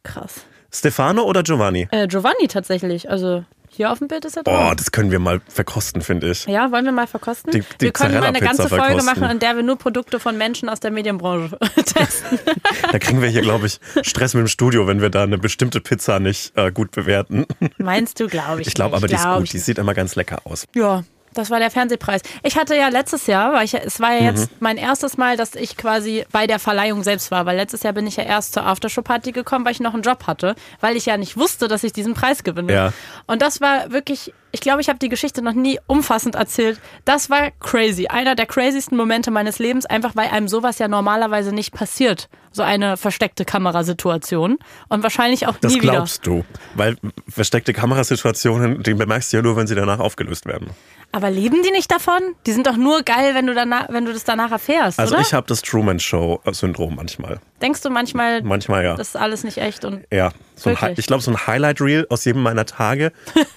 Speaker 2: Krass.
Speaker 1: Stefano oder Giovanni?
Speaker 2: Äh, Giovanni tatsächlich. Also hier auf dem Bild ist er
Speaker 1: Boah,
Speaker 2: drauf.
Speaker 1: das können wir mal verkosten, finde ich.
Speaker 2: Ja, wollen wir mal verkosten?
Speaker 1: Die- die
Speaker 2: wir können mal eine
Speaker 1: Zarella-Pizza
Speaker 2: ganze Folge
Speaker 1: verkosten.
Speaker 2: machen, in der wir nur Produkte von Menschen aus der Medienbranche testen.
Speaker 1: Da kriegen wir hier, glaube ich, Stress mit dem Studio, wenn wir da eine bestimmte Pizza nicht äh, gut bewerten.
Speaker 2: Meinst du, glaube ich.
Speaker 1: Ich glaube
Speaker 2: nicht.
Speaker 1: aber, die ist
Speaker 2: Glaub
Speaker 1: gut.
Speaker 2: ich
Speaker 1: Die sieht immer ganz lecker aus.
Speaker 2: Ja, das war der Fernsehpreis. Ich hatte ja letztes Jahr, weil ich, ja- es war ja jetzt
Speaker 1: Mhm.
Speaker 2: mein erstes Mal, dass ich quasi bei der Verleihung selbst war, weil letztes Jahr bin ich ja erst zur Aftershow-Party gekommen, weil ich noch einen Job hatte, weil ich ja nicht wusste, dass ich diesen Preis gewinne.
Speaker 1: Ja.
Speaker 2: Und das war wirklich, ich glaube, ich habe die Geschichte noch nie umfassend erzählt. Das war crazy. Einer der crazysten Momente meines Lebens, einfach weil einem sowas ja normalerweise nicht passiert. So eine versteckte Kamerasituation. Und wahrscheinlich auch
Speaker 1: Das
Speaker 2: nie wieder.
Speaker 1: glaubst du. Weil versteckte Kamerasituationen, die bemerkst du ja nur, wenn sie danach aufgelöst werden.
Speaker 2: Aber leben die nicht davon? Die sind doch nur geil, wenn du, danach, wenn du das danach erfährst,
Speaker 1: Also
Speaker 2: oder?
Speaker 1: ich habe das Truman Show-Syndrom manchmal.
Speaker 2: Denkst du manchmal,
Speaker 1: Manchmal ja.
Speaker 2: das ist alles nicht echt und
Speaker 1: Ja, so ein Hi-
Speaker 2: Wirklich?
Speaker 1: ich glaube, so ein Highlight-Reel aus jedem meiner Tage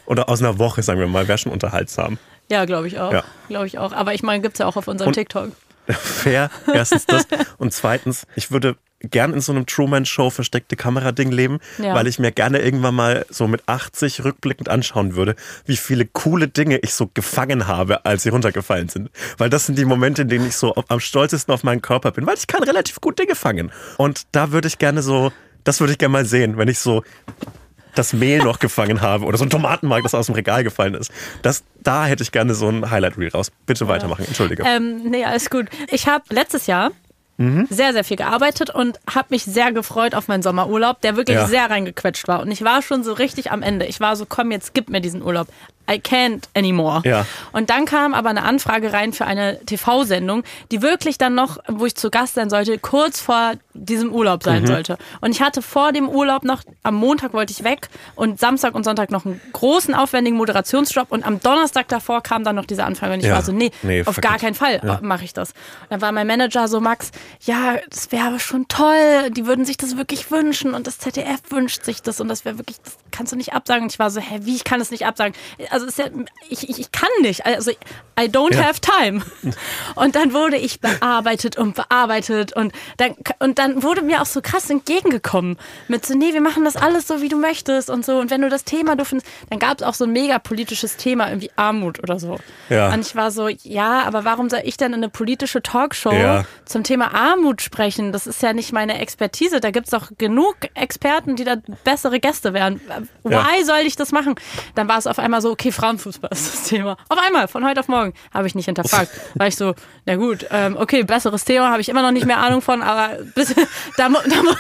Speaker 1: oder aus einer Woche, sagen wir mal, wäre schon unterhaltsam.
Speaker 2: ja, glaube ich auch.
Speaker 1: Ja.
Speaker 2: Glaube ich auch. Aber ich meine, gibt's ja auch auf unserem
Speaker 1: Und-
Speaker 2: TikTok.
Speaker 1: Fair, erstens das. Und zweitens, ich würde gern in so einem Truman-Show versteckte Kamerading leben,
Speaker 2: Ja.
Speaker 1: weil ich mir gerne irgendwann mal so mit 80 rückblickend anschauen würde, wie viele coole Dinge ich so gefangen habe, als sie runtergefallen sind. Weil das sind die Momente, in denen ich so am stolzesten auf meinen Körper bin, weil ich kann relativ gut Dinge fangen. Und da würde ich gerne so, das würde ich gerne mal sehen, wenn ich so das Mehl noch gefangen habe oder so ein Tomatenmark, das aus dem Regal gefallen ist. Das, da hätte ich gerne so ein Highlight-Reel raus. Bitte weitermachen, entschuldige.
Speaker 2: Ähm, nee, alles gut. Ich habe letztes Jahr
Speaker 1: Mhm.
Speaker 2: sehr, sehr viel gearbeitet und habe mich sehr gefreut auf meinen Sommerurlaub, der wirklich
Speaker 1: Ja.
Speaker 2: sehr reingequetscht war. Und ich war schon so richtig am Ende. Ich war so, komm, jetzt gib mir diesen Urlaub. I can't anymore.
Speaker 1: Ja.
Speaker 2: Und dann kam aber eine Anfrage rein für eine TV-Sendung, die wirklich dann noch, wo ich zu Gast sein sollte, kurz vor diesem Urlaub
Speaker 1: Mhm.
Speaker 2: sein sollte. Und ich hatte vor dem Urlaub noch, am Montag wollte ich weg und Samstag und Sonntag noch einen großen, aufwendigen Moderationsjob und am Donnerstag davor kam dann noch diese Anfrage und ich
Speaker 1: Ja.
Speaker 2: war so, nee,
Speaker 1: Nee,
Speaker 2: auf
Speaker 1: fuck
Speaker 2: gar
Speaker 1: it.
Speaker 2: keinen Fall mache ich das. Und dann war mein Manager so, Max, ja, das wäre aber schon toll, die würden sich das wirklich wünschen und das ZDF wünscht sich das und das wäre wirklich, das kannst du nicht absagen. Und ich war so, hä, wie, ich kann das nicht absagen? Also es ist ja, ich, ich, ich kann nicht, also I don't
Speaker 1: Ja.
Speaker 2: have time. Und dann wurde ich bearbeitet und bearbeitet und dann, und dann wurde mir auch so krass entgegengekommen mit so, nee, wir machen das alles so, wie du möchtest und so und wenn du das Thema du findest, dann gab es auch so ein mega politisches Thema, irgendwie Armut oder so.
Speaker 1: Ja.
Speaker 2: Und ich war so, ja, aber warum soll ich denn in eine politische Talkshow
Speaker 1: Ja.
Speaker 2: zum Thema Armut sprechen? Das ist ja nicht meine Expertise. Da gibt es doch genug Experten, die da bessere Gäste wären.
Speaker 1: Ja.
Speaker 2: Why soll ich das machen? Dann war es auf einmal so, okay, Frauenfußball ist das Thema. Auf einmal, von heute auf morgen, habe ich nicht hinterfragt. War ich so, na gut, ähm, okay, besseres Thema, habe ich immer noch nicht mehr Ahnung von, aber, bis, da, mu- da, mu-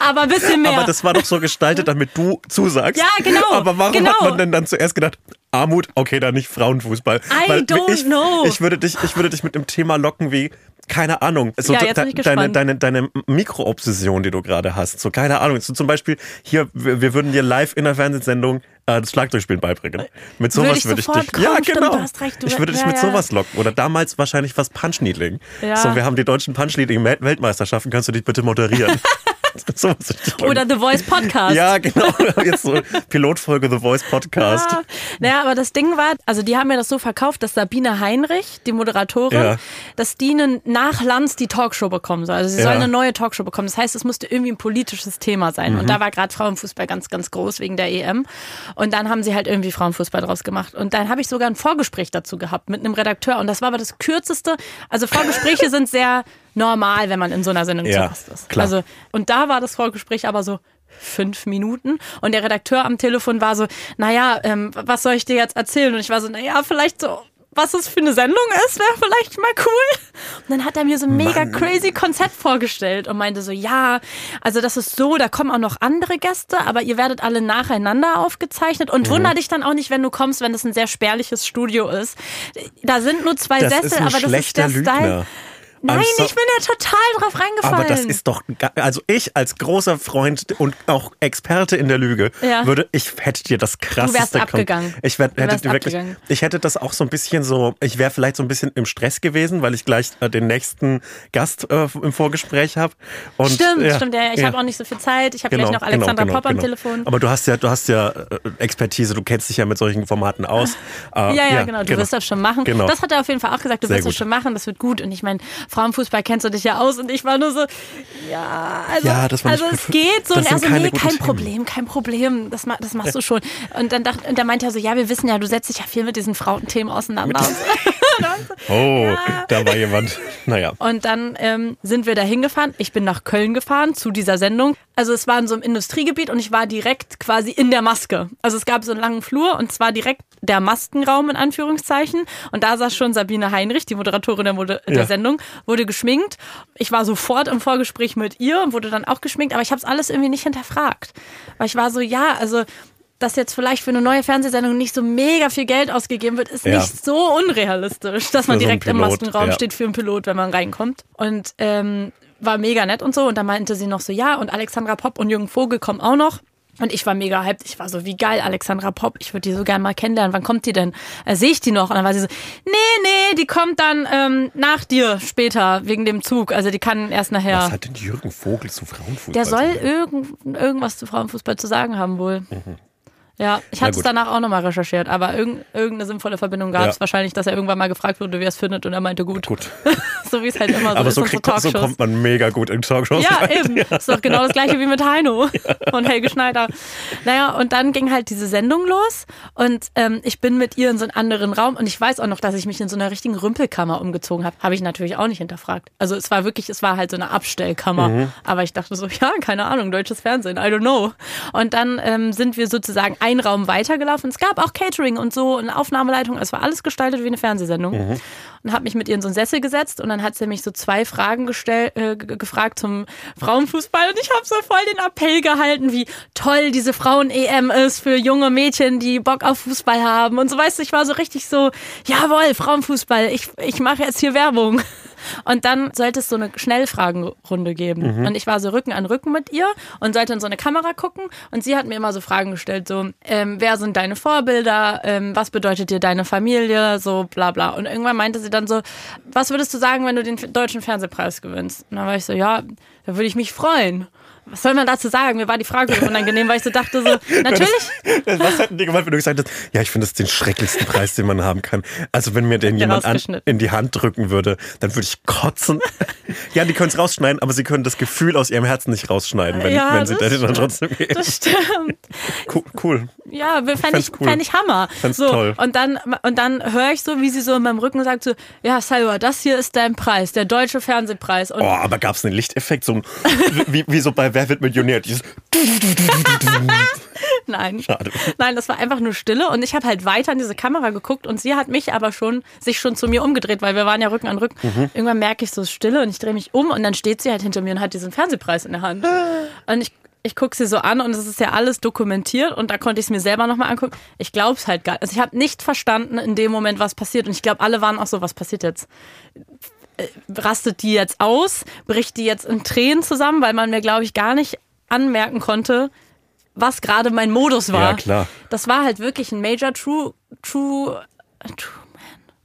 Speaker 2: aber ein bisschen mehr.
Speaker 1: Aber das war doch so gestaltet, damit du zusagst.
Speaker 2: Ja, genau,
Speaker 1: Aber warum
Speaker 2: genau.
Speaker 1: hat man denn dann zuerst gedacht, Armut, okay, dann nicht Frauenfußball?
Speaker 2: I don't
Speaker 1: ich,
Speaker 2: know.
Speaker 1: Ich würde, dich, ich würde dich mit dem Thema locken wie, keine Ahnung, so
Speaker 2: Ja, jetzt
Speaker 1: de-
Speaker 2: bin ich
Speaker 1: deine,
Speaker 2: gespannt.
Speaker 1: deine, deine Mikroobsession, die du gerade hast. So, keine Ahnung. So zum Beispiel, hier, wir wir würden dir live in der Fernsehsendung äh, das Schlagzeugspielen beibringen. Mit
Speaker 2: Würde
Speaker 1: sowas
Speaker 2: ich
Speaker 1: würde ich,
Speaker 2: sofort
Speaker 1: dich.
Speaker 2: kommen,
Speaker 1: ja,
Speaker 2: stimmt,
Speaker 1: genau.
Speaker 2: du hast recht, du-
Speaker 1: ich würde dich
Speaker 2: ja,
Speaker 1: mit
Speaker 2: ja.
Speaker 1: sowas locken. Oder damals wahrscheinlich was Punchniedling.
Speaker 2: Ja.
Speaker 1: So, wir haben die deutschen Punchniedling-Weltmeisterschaften, kannst du dich bitte moderieren? so was würde ich dich locken.
Speaker 2: Oder The Voice Podcast.
Speaker 1: Ja, genau. Jetzt so Pilotfolge The Voice Podcast.
Speaker 2: Ah, naja, aber das Ding war, also die haben mir das so verkauft, dass Sabine Heinrich, die Moderatorin,
Speaker 1: Ja.
Speaker 2: dass die einen nach Lanz die Talkshow bekommen soll. Also sie
Speaker 1: Ja.
Speaker 2: soll eine neue Talkshow bekommen. Das heißt, es müsste irgendwie ein politisches Thema sein.
Speaker 1: Mhm.
Speaker 2: Und da war gerade Frauenfußball ganz, ganz groß wegen der EM. Und dann haben sie halt irgendwie Frauenfußball draus gemacht. Und dann habe ich sogar ein Vorgespräch dazu gehabt mit einem Redakteur. Und das war aber das kürzeste. Also Vorgespräche sind sehr normal, wenn man in so einer Sendung
Speaker 1: Ja,
Speaker 2: zu Gast ist.
Speaker 1: klar.
Speaker 2: Also und da war das Vorgespräch aber so fünf Minuten und der Redakteur am Telefon war so, naja, ähm, was soll ich dir jetzt erzählen? Und ich war so, naja, vielleicht so, was es für eine Sendung ist, wäre vielleicht mal cool. Und dann hat er mir so ein mega crazy Konzept vorgestellt und meinte so, ja, also das ist so, da kommen auch noch andere Gäste, aber ihr werdet alle nacheinander aufgezeichnet und
Speaker 1: Mhm.
Speaker 2: wunder dich dann auch nicht, wenn du kommst, wenn das ein sehr spärliches Studio ist. Da sind nur zwei
Speaker 1: Das
Speaker 2: Sessel,
Speaker 1: ist ein
Speaker 2: aber das ist
Speaker 1: schlechter
Speaker 2: der Style.
Speaker 1: Lügner.
Speaker 2: Nein,
Speaker 1: I'm so-
Speaker 2: ich bin ja total drauf reingefallen.
Speaker 1: Aber das ist doch, ga- also ich als großer Freund und auch Experte in der Lüge,
Speaker 2: Ja.
Speaker 1: würde, ich hätte dir das krasseste. Kon-
Speaker 2: abgegangen.
Speaker 1: Ich wär,
Speaker 2: Du
Speaker 1: hätte
Speaker 2: wärst
Speaker 1: dir wirklich,
Speaker 2: abgegangen.
Speaker 1: ich hätte das auch so ein bisschen so, ich wäre vielleicht so ein bisschen im Stress gewesen, weil ich gleich äh, den nächsten Gast äh, im Vorgespräch habe.
Speaker 2: Stimmt, stimmt, ja, ja. ich habe auch nicht so viel Zeit. Ich habe
Speaker 1: Genau,
Speaker 2: gleich noch Alexandra Popp am Telefon.
Speaker 1: Aber du hast ja, du hast ja äh, Expertise, du kennst dich ja mit solchen Formaten aus. Äh,
Speaker 2: ja, ja, genau, du wirst das schon machen.
Speaker 1: Genau.
Speaker 2: Das hat er auf jeden Fall auch gesagt, du
Speaker 1: Sehr
Speaker 2: wirst das
Speaker 1: gut.
Speaker 2: schon machen, das wird gut. Und ich meine, Frauenfußball kennst du dich ja aus und ich war nur so, ja, also,
Speaker 1: Ja, das war nicht
Speaker 2: also
Speaker 1: gut
Speaker 2: es
Speaker 1: für-
Speaker 2: geht so.
Speaker 1: das
Speaker 2: Und er
Speaker 1: sind
Speaker 2: so,
Speaker 1: keine
Speaker 2: nee,
Speaker 1: guten
Speaker 2: kein
Speaker 1: Themen.
Speaker 2: Problem, kein Problem, das, ma das machst du schon. Und dann dachte, und dann meinte er so, ja, wir wissen ja, du setzt dich ja viel mit diesen Frauenthemen auseinander. Und so.
Speaker 1: Oh, da war jemand. Naja.
Speaker 2: Und dann ähm, sind wir da hingefahren. Ich bin nach Köln gefahren zu dieser Sendung. Also es war in so einem Industriegebiet und ich war direkt quasi in der Maske. Also es gab so einen langen Flur und zwar direkt der Maskenraum in Anführungszeichen. Und da saß schon Sabine Heinrich, die Moderatorin der, Mode der
Speaker 1: Ja.
Speaker 2: Sendung, wurde geschminkt. Ich war sofort im Vorgespräch mit ihr und wurde dann auch geschminkt, aber ich habe es alles irgendwie nicht hinterfragt. Weil ich war so, ja, also... Dass jetzt vielleicht für eine neue Fernsehsendung nicht so mega viel Geld ausgegeben wird, ist
Speaker 1: Ja.
Speaker 2: nicht so unrealistisch, dass man
Speaker 1: Für so einen
Speaker 2: direkt im
Speaker 1: Pilot,
Speaker 2: Maskenraum
Speaker 1: ja.
Speaker 2: steht für einen Pilot, wenn man reinkommt. Und ähm, war mega nett und so. Und dann meinte sie noch so, ja, und Alexandra Popp und Jürgen Vogel kommen auch noch. Und ich war mega hyped. Ich war so, wie geil, Alexandra Popp. Ich würde die so gern mal kennenlernen. Wann kommt die denn? Äh, Sehe ich die noch? Und dann war sie so, nee, nee, die kommt dann ähm, nach dir später wegen dem Zug. Also die kann erst nachher.
Speaker 1: Was hat denn Jürgen Vogel zu Frauenfußball?
Speaker 2: Der
Speaker 1: zu
Speaker 2: soll
Speaker 1: sagen?
Speaker 2: irgend, irgendwas zu Frauenfußball zu sagen haben wohl. Ja,
Speaker 1: Mhm.
Speaker 2: ich
Speaker 1: Na
Speaker 2: hatte es
Speaker 1: gut.
Speaker 2: danach auch nochmal recherchiert, aber irgend, irgendeine sinnvolle Verbindung gab es
Speaker 1: Ja.
Speaker 2: wahrscheinlich, dass er irgendwann mal gefragt wurde, wie er es findet und er meinte gut.
Speaker 1: Gut.
Speaker 2: so wie es halt immer so
Speaker 1: Aber
Speaker 2: ist
Speaker 1: so,
Speaker 2: in
Speaker 1: kriegt, so
Speaker 2: Talkshows.
Speaker 1: kommt man mega gut in Talkshows.
Speaker 2: ja,
Speaker 1: rein.
Speaker 2: eben. Ist doch genau das gleiche wie mit Heino und Helge Schneider. Naja, und dann ging halt diese Sendung los und ähm, ich bin mit ihr in so einen anderen Raum und ich weiß auch noch, dass ich mich in so einer richtigen Rümpelkammer umgezogen habe. Habe ich natürlich auch nicht hinterfragt. Also es war wirklich, es war halt so eine Abstellkammer.
Speaker 1: Mhm.
Speaker 2: Aber ich dachte so, ja, keine Ahnung, deutsches Fernsehen, I don't know. Und dann ähm, sind wir sozusagen einen Raum weitergelaufen. Es gab auch Catering und so und Aufnahmeleitung. Es war alles gestaltet wie eine Fernsehsendung
Speaker 1: Mhm.
Speaker 2: und habe mich mit ihr in so einen Sessel gesetzt und dann hat sie mich so zwei Fragen gestellt, äh, ge- gefragt zum Frauenfußball und ich habe so voll den Appell gehalten, wie toll diese Frauen-EM ist für junge Mädchen, die Bock auf Fußball haben und so weißt du, ich war so richtig so, jawohl, Frauenfußball, ich, ich mache jetzt hier Werbung. Und dann sollte es so eine Schnellfragenrunde geben. Und ich war so Rücken an Rücken mit ihr und sollte in so eine Kamera gucken. Und sie hat mir immer so Fragen gestellt, so, ähm, wer sind deine Vorbilder? Ähm, was bedeutet dir deine Familie? So, bla, bla. Und irgendwann meinte sie dann so, was würdest du sagen, wenn du den F- deutschen Fernsehpreis gewinnst? Und dann war ich so, ja, da würde ich mich freuen. Was soll man dazu sagen? Mir war die Frage so unangenehm, weil ich so dachte so, natürlich,
Speaker 1: Was hätten die gemacht, wenn du gesagt hättest, ja, ich finde das den schrecklichsten Preis, den man haben kann. Also wenn mir den
Speaker 2: Ja,
Speaker 1: jemand an,
Speaker 2: rausgeschnitten.
Speaker 1: in die Hand drücken würde, dann würde ich kotzen. ja, die können es rausschneiden, aber sie können das Gefühl aus ihrem Herzen nicht rausschneiden, wenn,
Speaker 2: Ja,
Speaker 1: wenn sie
Speaker 2: das
Speaker 1: den dann trotzdem geben.
Speaker 2: das stimmt.
Speaker 1: Cool. cool.
Speaker 2: Ja, wir- fänd
Speaker 1: Fänd's
Speaker 2: ich,
Speaker 1: cool.
Speaker 2: fänd ich Hammer.
Speaker 1: Fänd's
Speaker 2: so,
Speaker 1: toll.
Speaker 2: Und dann, und dann höre ich so, wie sie so in meinem Rücken sagt: so, Ja, Salwa, das hier ist dein Preis, der deutsche Fernsehpreis. Und
Speaker 1: Oh, aber gab es einen Lichteffekt, so ein, wie, wie so bei Wer wird Millionär, dieses
Speaker 2: Nein.
Speaker 1: Schade.
Speaker 2: Nein, das war einfach nur Stille und ich habe halt weiter in diese Kamera geguckt und sie hat mich aber schon, sich schon zu mir umgedreht, weil wir waren ja Rücken an Rücken. Irgendwann merke ich so es ist Stille und ich drehe mich um und dann steht sie halt hinter mir und hat diesen Fernsehpreis in der Hand. Und ich, ich gucke sie so an und es ist ja alles dokumentiert und da konnte ich es mir selber nochmal angucken. Ich glaube es halt gar nicht. Also ich habe nicht verstanden in dem Moment, was passiert und ich glaube, alle waren auch so, was passiert jetzt? rastet die jetzt aus, bricht die jetzt in Tränen zusammen, weil man mir, glaube ich, gar nicht anmerken konnte, was gerade mein Modus war.
Speaker 1: Ja, klar.
Speaker 2: Das war halt wirklich ein Major True, True,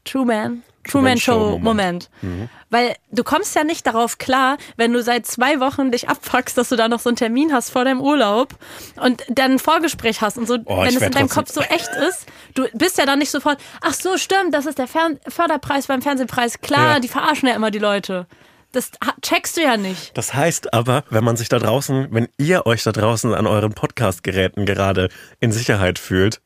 Speaker 2: True Man. True Man Show Moment. Mhm. Weil du kommst ja nicht darauf klar, wenn du seit zwei Wochen dich abfuckst, dass du da noch so einen Termin hast vor deinem Urlaub und dann ein Vorgespräch hast und so,
Speaker 1: Oh, ich
Speaker 2: wenn es
Speaker 1: wär
Speaker 2: in deinem
Speaker 1: trotzdem-
Speaker 2: Kopf so echt ist, du bist ja dann nicht sofort, ach so, stimmt, das ist der Fern Förderpreis beim Fernsehpreis. Klar,
Speaker 1: Ja.
Speaker 2: die verarschen ja immer die Leute. Das ha- checkst du ja nicht.
Speaker 1: Das heißt aber, wenn man sich da draußen, wenn ihr euch da draußen an euren Podcast-Geräten gerade in Sicherheit fühlt,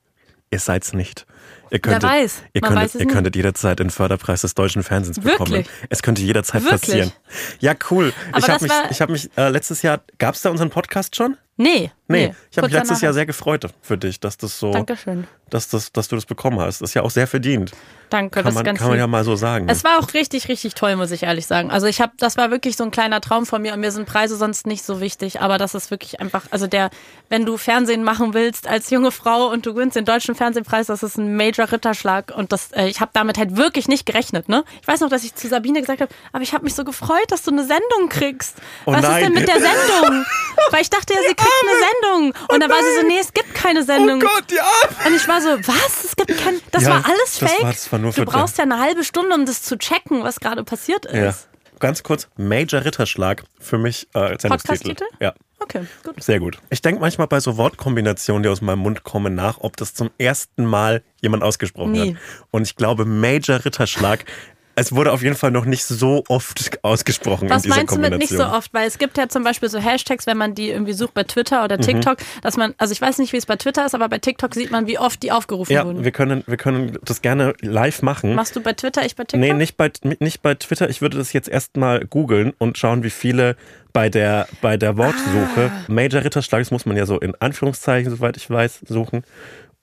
Speaker 1: ihr seid's nicht. Ihr könntet,
Speaker 2: weiß.
Speaker 1: ihr,
Speaker 2: Man
Speaker 1: könntet,
Speaker 2: weiß es
Speaker 1: ihr
Speaker 2: nie.
Speaker 1: könntet jederzeit den Förderpreis des deutschen Fernsehens bekommen.
Speaker 2: Wirklich?
Speaker 1: Es könnte jederzeit
Speaker 2: Wirklich?
Speaker 1: passieren. Ja, cool.
Speaker 2: Aber
Speaker 1: ich habe
Speaker 2: das
Speaker 1: mich,
Speaker 2: war-
Speaker 1: ich hab mich äh, letztes Jahr, gab's da unseren Podcast schon?
Speaker 2: Nee.
Speaker 1: Nee, ich habe mich
Speaker 2: kurz
Speaker 1: letztes
Speaker 2: danach.
Speaker 1: Jahr sehr gefreut für dich, dass das so,
Speaker 2: Dankeschön.
Speaker 1: dass das, dass du das bekommen hast. Das ist ja auch sehr verdient.
Speaker 2: Danke, das
Speaker 1: Kann
Speaker 2: ist
Speaker 1: man,
Speaker 2: ganz
Speaker 1: kann man
Speaker 2: lieb.
Speaker 1: ja mal so sagen.
Speaker 2: Es war auch richtig, richtig toll, muss ich ehrlich sagen. Also ich habe, das war wirklich so ein kleiner Traum von mir und mir sind Preise sonst nicht so wichtig, aber das ist wirklich einfach, also der, wenn du Fernsehen machen willst als junge Frau und du gewinnst den deutschen Fernsehpreis, das ist ein Major Ritterschlag und das, äh, ich habe damit halt wirklich nicht gerechnet. Ne, ich weiß noch, dass ich zu Sabine gesagt habe, aber ich habe mich so gefreut, dass du eine Sendung kriegst.
Speaker 1: Oh
Speaker 2: Was
Speaker 1: nein.
Speaker 2: ist denn mit der Sendung? Weil ich dachte ja, sie kriegt eine Sendung und dann war sie so, nee, es gibt keine
Speaker 1: oh
Speaker 2: Sendung.
Speaker 1: Gott, ja!
Speaker 2: Und ich war so, was? Es gibt kein. Das
Speaker 1: Ja,
Speaker 2: war alles
Speaker 1: das
Speaker 2: fake.
Speaker 1: war- das war nur
Speaker 2: du
Speaker 1: für-
Speaker 2: brauchst ja eine halbe Stunde, um das zu checken, was gerade passiert ist.
Speaker 1: Ja. Ganz kurz, Major Ritterschlag für mich äh, als Sendungstitel.
Speaker 2: Podcast-Titel?
Speaker 1: Ja.
Speaker 2: Okay, gut.
Speaker 1: Sehr gut. Ich denke manchmal bei so Wortkombinationen, die aus meinem Mund kommen, nach, ob das zum ersten Mal jemand ausgesprochen
Speaker 2: Nie.
Speaker 1: hat. Und ich glaube, Major Ritterschlag, es wurde auf jeden Fall noch nicht so oft ausgesprochen
Speaker 2: Was
Speaker 1: in dieser
Speaker 2: meinst du mit
Speaker 1: Kombination.
Speaker 2: nicht so oft? Weil es gibt ja zum Beispiel so Hashtags, wenn man die irgendwie sucht bei Twitter
Speaker 1: Mhm.
Speaker 2: oder TikTok, dass man, also ich weiß nicht, wie es bei Twitter ist, aber bei TikTok sieht man, wie oft die aufgerufen
Speaker 1: Ja,
Speaker 2: wurden.
Speaker 1: wir können, wir können das gerne live machen.
Speaker 2: Machst du bei Twitter, ich bei TikTok?
Speaker 1: Nee, nicht bei, nicht bei Twitter. Ich würde das jetzt erstmal googeln und schauen, wie viele bei der, bei der Wortsuche. Major Ritterschlag, das muss man ja so in Anführungszeichen, soweit ich weiß, suchen.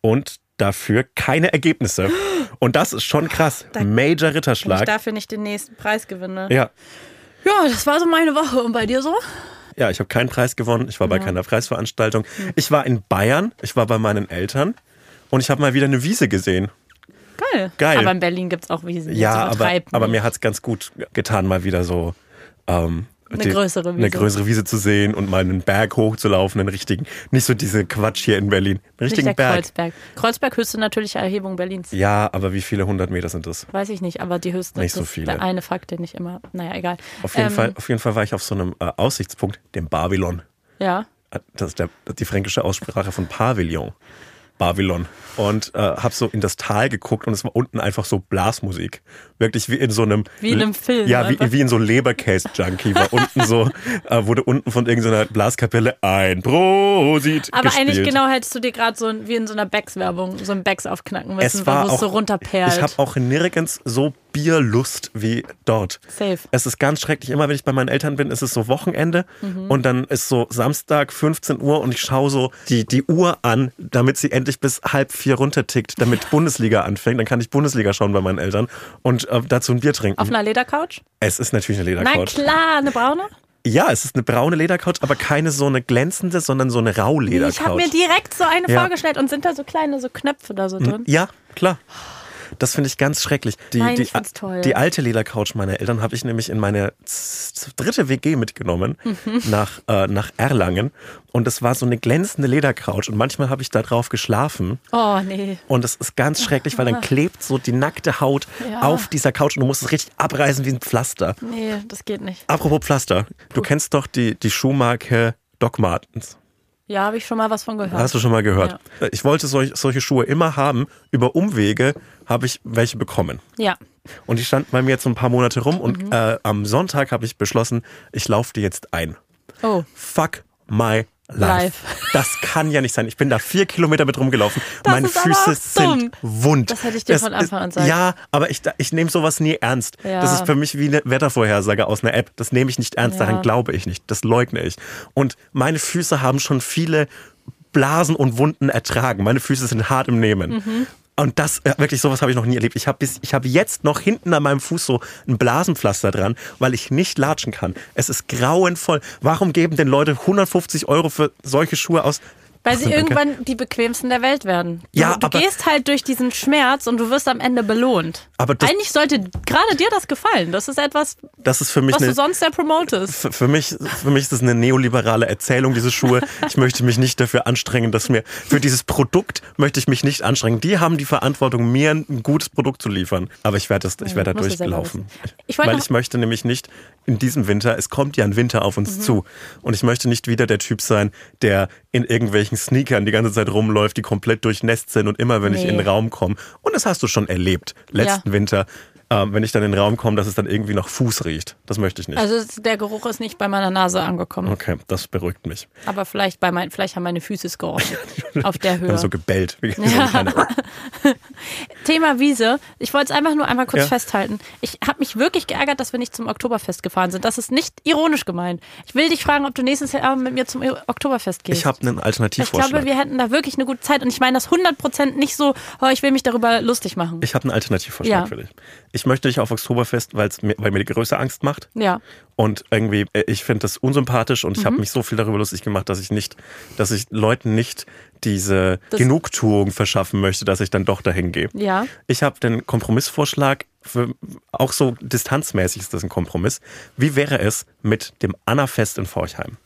Speaker 1: Und dafür keine Ergebnisse. Und das ist schon krass. Major
Speaker 2: Wenn ich
Speaker 1: Ritterschlag.
Speaker 2: dafür nicht den nächsten Preis gewinne.
Speaker 1: Ja.
Speaker 2: Ja, das war so meine Woche. Und bei dir so?
Speaker 1: Ja, ich habe keinen Preis gewonnen. Ich war bei keiner Preisveranstaltung. Ich war in Bayern. Ich war bei meinen Eltern. Und ich habe mal wieder eine Wiese gesehen.
Speaker 2: Geil.
Speaker 1: Geil.
Speaker 2: Aber in Berlin gibt es auch Wiesen. die
Speaker 1: Ja,
Speaker 2: jetzt
Speaker 1: aber,
Speaker 2: übertreiben.
Speaker 1: aber mir hat's ganz gut getan, mal wieder so ähm,
Speaker 2: Eine größere Wiese.
Speaker 1: eine größere Wiese zu sehen und mal einen Berg hochzulaufen, einen richtigen, nicht so diese Quatsch hier in Berlin, einen
Speaker 2: Nicht
Speaker 1: richtigen
Speaker 2: der
Speaker 1: Berg.
Speaker 2: Kreuzberg. Kreuzberg, höchste natürliche Erhebung Berlins.
Speaker 1: Ja, aber wie viele hundert Meter sind das?
Speaker 2: Weiß ich nicht, aber die höchste
Speaker 1: Nicht so
Speaker 2: das ist
Speaker 1: viele.
Speaker 2: der eine Fakt, den ich immer. Naja, egal.
Speaker 1: Auf jeden,
Speaker 2: Ähm,
Speaker 1: Fall, auf jeden Fall war ich auf so einem äh, Aussichtspunkt, dem Babylon.
Speaker 2: Ja.
Speaker 1: Äh, Das ist der, die fränkische Aussprache von Pavillon. Babylon. Und äh, hab so in das Tal geguckt und es war unten einfach so Blasmusik. Wirklich wie in so einem.
Speaker 2: Wie in einem Film,
Speaker 1: Ja, wie,
Speaker 2: einfach.
Speaker 1: wie in so Lebercase-Junkie. War unten so, äh, wurde unten von irgendeiner Blaskapelle ein Prosit.
Speaker 2: Aber
Speaker 1: gespielt.
Speaker 2: eigentlich genau hättest du dir gerade so ein- wie in so einer Becks-Werbung so ein Becks aufknacken müssen,
Speaker 1: Es war
Speaker 2: wo
Speaker 1: auch,
Speaker 2: es so runterperlt.
Speaker 1: Ich habe auch nirgends so Bierlust wie dort.
Speaker 2: Safe.
Speaker 1: Es ist ganz schrecklich. Immer wenn ich bei meinen Eltern bin, ist es so Wochenende
Speaker 2: Mhm.
Speaker 1: und dann ist so Samstag 15 Uhr und ich schaue so die, die Uhr an, damit sie endlich bis halb vier runtertickt, damit Bundesliga anfängt. Dann kann ich Bundesliga schauen bei meinen Eltern und äh, dazu ein Bier trinken.
Speaker 2: Auf einer Ledercouch?
Speaker 1: es ist natürlich eine
Speaker 2: Na
Speaker 1: Ledercouch.
Speaker 2: klar, eine braune?
Speaker 1: Ja, es ist eine braune Ledercouch, aber keine so eine glänzende, sondern so eine Rauhledercouch.
Speaker 2: Ich habe mir direkt so eine
Speaker 1: Ja.
Speaker 2: vorgestellt und sind da so kleine so Knöpfe da so drin.
Speaker 1: Ja, klar. Das finde ich ganz schrecklich. Die,
Speaker 2: Nein,
Speaker 1: die,
Speaker 2: ich find's toll.
Speaker 1: die alte Ledercouch meiner Eltern habe ich nämlich in meine z- z- dritte WG mitgenommen
Speaker 2: Mhm.
Speaker 1: nach, äh, nach Erlangen. Und das war so eine glänzende Ledercouch. Und manchmal habe ich da drauf geschlafen.
Speaker 2: Oh nee.
Speaker 1: Und das ist ganz schrecklich, weil dann klebt so die nackte Haut
Speaker 2: Ja.
Speaker 1: auf dieser Couch und du musst es richtig abreißen wie ein Pflaster.
Speaker 2: Nee, das geht nicht.
Speaker 1: Apropos Pflaster, du kennst doch die, die Schuhmarke Doc Martens.
Speaker 2: Ja, habe ich schon mal was von gehört.
Speaker 1: Hast du schon mal gehört? Ich wollte solch, solche Schuhe immer haben. Über Umwege habe ich welche bekommen.
Speaker 2: Ja.
Speaker 1: Und die standen bei mir jetzt so ein paar Monate rum und
Speaker 2: Mhm.
Speaker 1: äh, am Sonntag habe ich beschlossen, ich laufe die jetzt ein.
Speaker 2: Oh.
Speaker 1: Fuck my life.
Speaker 2: Life.
Speaker 1: Das kann ja nicht sein. Ich bin da vier Kilometer mit rumgelaufen.
Speaker 2: Das
Speaker 1: Meine
Speaker 2: ist aber
Speaker 1: Füße
Speaker 2: auch dumm.
Speaker 1: sind wund.
Speaker 2: Das hätte ich dir
Speaker 1: Es
Speaker 2: von
Speaker 1: ist-
Speaker 2: Anfang an sagen.
Speaker 1: Ja, aber ich, ich nehme sowas nie ernst.
Speaker 2: Ja.
Speaker 1: Das ist für mich wie eine Wettervorhersage aus einer App. Das nehme ich nicht ernst.
Speaker 2: Ja.
Speaker 1: Daran glaube ich nicht. Das leugne ich. Und meine Füße haben schon viele Blasen und Wunden ertragen. Meine Füße sind hart im Nehmen.
Speaker 2: Mhm.
Speaker 1: Und das, äh, wirklich, sowas habe ich noch nie erlebt. Ich habe bis- ich habe jetzt noch hinten an meinem Fuß so ein Blasenpflaster dran, weil ich nicht latschen kann. Es ist grauenvoll. Warum geben denn Leute 150 Euro für solche Schuhe aus?
Speaker 2: Weil sie
Speaker 1: Ach, danke.
Speaker 2: irgendwann die bequemsten der Welt werden. Du,
Speaker 1: Ja,
Speaker 2: du
Speaker 1: aber-
Speaker 2: gehst halt durch diesen Schmerz und du wirst am Ende belohnt.
Speaker 1: Aber das-
Speaker 2: Eigentlich sollte gerade dir das gefallen. Das ist etwas,
Speaker 1: Das ist für mich
Speaker 2: was du
Speaker 1: eine
Speaker 2: sonst sehr promotest.
Speaker 1: F- für mich, für mich ist das eine neoliberale Erzählung, diese Schuhe. Ich möchte mich nicht dafür anstrengen, dass mir, für dieses Produkt möchte ich mich nicht anstrengen. Die haben die Verantwortung, mir ein gutes Produkt zu liefern. Aber ich werde das, ich werde da
Speaker 2: musst du selber
Speaker 1: durchgelaufen.
Speaker 2: wissen. Ich wollte
Speaker 1: Weil
Speaker 2: noch-
Speaker 1: ich möchte nämlich nicht in diesem Winter, es kommt ja ein Winter auf
Speaker 2: Mhm.
Speaker 1: uns zu. Und ich möchte nicht wieder der Typ sein, der in irgendwelchen Sneakern die ganze Zeit rumläuft, die komplett durchnässt sind und immer, wenn ich
Speaker 2: Nee.
Speaker 1: in den Raum komme. Und das hast du schon erlebt, letzten
Speaker 2: Ja.
Speaker 1: Winter. ähm, wenn ich dann in den Raum komme, dass es dann irgendwie nach Fuß riecht. Das möchte ich nicht.
Speaker 2: Also es- der Geruch ist nicht bei meiner Nase angekommen.
Speaker 1: Okay, das beruhigt mich.
Speaker 2: Aber vielleicht, bei mein, vielleicht haben meine Füße es gerochen. auf der
Speaker 1: Wir haben
Speaker 2: Höhe.
Speaker 1: so gebellt. Wir haben so eine kleine-
Speaker 2: Thema Wiese. Ich wollte es einfach nur einmal kurz
Speaker 1: Ja.
Speaker 2: festhalten. Ich habe mich wirklich geärgert, dass wir nicht zum Oktoberfest gefahren sind. Das ist nicht ironisch gemeint. Ich will dich fragen, ob du nächstes Jahr mit mir zum Oktoberfest gehst.
Speaker 1: Ich habe einen
Speaker 2: Ich
Speaker 1: Alternativvorschlag.
Speaker 2: glaube, wir hätten da wirklich eine gute Zeit. Und ich meine das 100% nicht so, oh, ich will mich darüber lustig machen.
Speaker 1: ich habe einen Alternativvorschlag
Speaker 2: Ja.
Speaker 1: für dich. Ich möchte nicht auf Oktoberfest, weil's mir, weil mir die Größe Angst macht.
Speaker 2: ja.
Speaker 1: Und irgendwie, äh, ich finde das unsympathisch und ich
Speaker 2: Mhm.
Speaker 1: habe mich so viel darüber lustig gemacht, dass ich nicht, dass ich Leuten nicht diese
Speaker 2: Das-
Speaker 1: Genugtuung verschaffen möchte, dass ich dann doch dahin gehe.
Speaker 2: Ja.
Speaker 1: Ich habe den Kompromissvorschlag, für, auch so distanzmäßig ist das ein Kompromiss. Wie wäre es mit dem Anna-Fest in Forchheim?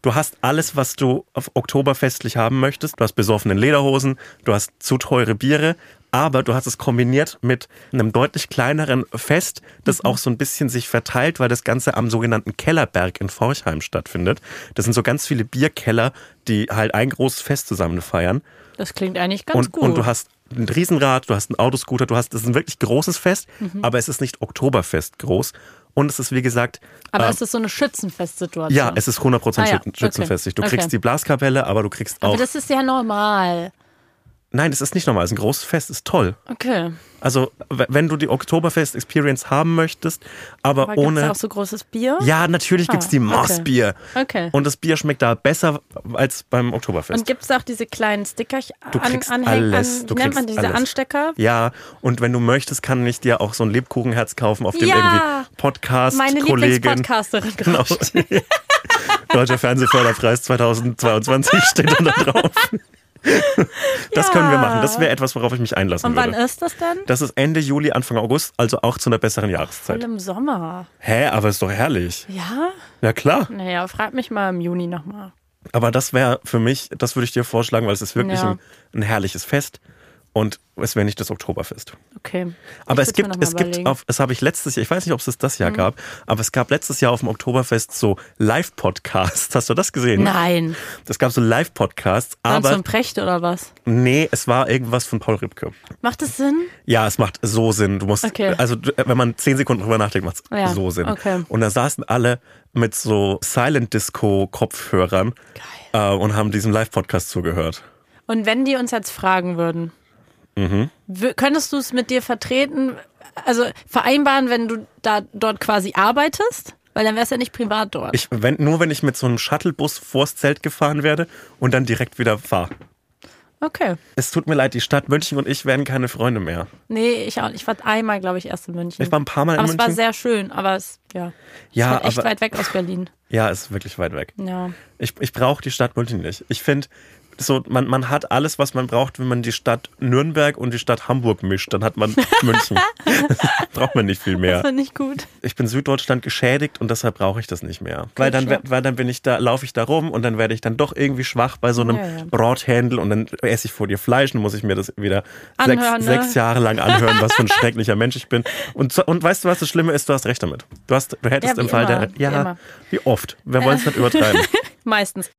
Speaker 1: Du hast alles, was du auf Oktoberfestlich haben möchtest. Du hast besoffene Lederhosen, du hast zu teure Biere, aber du hast es kombiniert mit einem deutlich kleineren Fest, das auch so ein bisschen sich verteilt, weil das Ganze am sogenannten Kellerberg in Forchheim stattfindet. Das sind so ganz viele Bierkeller, die halt ein großes Fest zusammen feiern
Speaker 2: Das klingt eigentlich ganz
Speaker 1: und,
Speaker 2: gut.
Speaker 1: und du hast ein Riesenrad, du hast einen Autoscooter, du hast, es ist ein wirklich großes Fest,
Speaker 2: Mhm.
Speaker 1: aber es ist nicht Oktoberfest groß. Und es ist, wie gesagt,
Speaker 2: Aber
Speaker 1: ähm,
Speaker 2: es ist so eine Schützenfestsituation.
Speaker 1: ja, es ist 100%
Speaker 2: Ah ja,
Speaker 1: schützen- schützenfestig. Du
Speaker 2: okay.
Speaker 1: kriegst
Speaker 2: Okay.
Speaker 1: die Blaskapelle, aber du kriegst
Speaker 2: Aber
Speaker 1: auch.
Speaker 2: Also das ist ja normal.
Speaker 1: Nein, es ist nicht normal, es ist ein großes Fest, ist toll.
Speaker 2: Okay.
Speaker 1: Also, w- wenn du die Oktoberfest-Experience haben möchtest, aber,
Speaker 2: Aber gibt es
Speaker 1: ohne.
Speaker 2: auch so großes Bier?
Speaker 1: Ja, natürlich gibt's
Speaker 2: Ah,
Speaker 1: die
Speaker 2: okay.
Speaker 1: Maßbier.
Speaker 2: Okay.
Speaker 1: Und das Bier schmeckt da besser als beim Oktoberfest.
Speaker 2: Und gibt es auch diese kleinen Sticker
Speaker 1: Du
Speaker 2: an,
Speaker 1: kriegst
Speaker 2: anhängen?
Speaker 1: alles.
Speaker 2: An,
Speaker 1: Du
Speaker 2: wie nennt
Speaker 1: kriegst
Speaker 2: man diese
Speaker 1: alles.
Speaker 2: Anstecker?
Speaker 1: Ja, und wenn du möchtest, kann ich dir auch so ein Lebkuchenherz kaufen, auf dem
Speaker 2: Ja.
Speaker 1: irgendwie Podcast,
Speaker 2: Meine
Speaker 1: Kollegin.
Speaker 2: Lieblingspodcasterin.
Speaker 1: Genau. Deutscher Fernsehförderpreis 2022 steht dann da drauf. Das können wir machen. Das wäre etwas, worauf ich mich einlassen
Speaker 2: Und wann äh?
Speaker 1: würde.
Speaker 2: ist das denn?
Speaker 1: Das ist Ende Juli, Anfang August, also auch zu einer besseren
Speaker 2: Voll
Speaker 1: Jahreszeit.
Speaker 2: Im Sommer.
Speaker 1: Hä, aber ist doch herrlich.
Speaker 2: Ja?
Speaker 1: Ja klar.
Speaker 2: Naja, frag mich mal im Juni nochmal.
Speaker 1: Aber das wäre für mich, das würde ich dir vorschlagen, weil es ist wirklich
Speaker 2: Ja.
Speaker 1: ein, ein herrliches Fest und es wäre nicht das Oktoberfest.
Speaker 2: Okay.
Speaker 1: Aber es
Speaker 2: Ich würd's mir
Speaker 1: gibt,
Speaker 2: noch mal
Speaker 1: es gibt,
Speaker 2: überlegen. Mhm.
Speaker 1: auf, das habe ich letztes Jahr, ich weiß nicht, ob es das, das Jahr gab, aber es gab letztes Jahr auf dem Oktoberfest so Live-Podcasts. Hast du das gesehen?
Speaker 2: Nein.
Speaker 1: Das gab so Live-Podcasts,
Speaker 2: Dann
Speaker 1: aber
Speaker 2: zum Precht oder was?
Speaker 1: nee, es war irgendwas von Paul Ribke.
Speaker 2: Macht das Sinn?
Speaker 1: Ja, es macht so Sinn. Du musst,
Speaker 2: Okay.
Speaker 1: also du- wenn man zehn Sekunden drüber nachdenkt, macht es
Speaker 2: Ja,
Speaker 1: so Sinn.
Speaker 2: okay.
Speaker 1: Und da saßen alle mit so Silent Disco Kopfhörern äh, und haben diesem Live-Podcast zugehört.
Speaker 2: Und wenn die uns jetzt fragen würden,
Speaker 1: Mhm.
Speaker 2: w- könntest du es mit dir vertreten, also vereinbaren, wenn du da dort quasi arbeitest? Weil dann wär's ja nicht privat dort.
Speaker 1: Ich, wenn, nur wenn ich mit so einem Shuttlebus vors Zelt gefahren werde und dann direkt wieder fahre.
Speaker 2: okay.
Speaker 1: Es tut mir leid, die Stadt München und ich werden keine Freunde mehr.
Speaker 2: Nee, ich auch nicht. Ich war einmal, glaube ich, erst in München.
Speaker 1: Ich war ein paar Mal in
Speaker 2: aber es war
Speaker 1: München.
Speaker 2: sehr schön, aber es, ja.
Speaker 1: Ja,
Speaker 2: es war echt
Speaker 1: aber-
Speaker 2: weit weg aus Berlin.
Speaker 1: Ja, es ist wirklich weit weg.
Speaker 2: Ja.
Speaker 1: Ich, ich brauche die Stadt München nicht. Ich finde, so, man, man hat alles, was man braucht, wenn man die Stadt Nürnberg und die Stadt Hamburg mischt. Dann hat man München. braucht man nicht viel
Speaker 2: Das
Speaker 1: mehr.
Speaker 2: war nicht gut.
Speaker 1: Ich bin Süddeutschland geschädigt und deshalb brauche ich das nicht mehr. Weil dann,
Speaker 2: klar.
Speaker 1: we- weil dann bin ich da, laufe ich da rum und dann werde ich dann doch irgendwie schwach bei so einem
Speaker 2: Ja, ja.
Speaker 1: Brothändel und dann esse ich vor dir Fleisch und muss ich mir das wieder
Speaker 2: Anhören,
Speaker 1: sechs,
Speaker 2: ne?
Speaker 1: sechs Jahre lang anhören, was für ein schrecklicher Mensch ich bin. Und, so- und weißt du, was das Schlimme ist? Du hast recht damit. Du, hast, du hättest
Speaker 2: Ja, wie
Speaker 1: im Fall
Speaker 2: immer,
Speaker 1: der.
Speaker 2: wie
Speaker 1: Ja,
Speaker 2: immer.
Speaker 1: wie, oft. Wir wollen es nicht übertreiben.
Speaker 2: Meistens.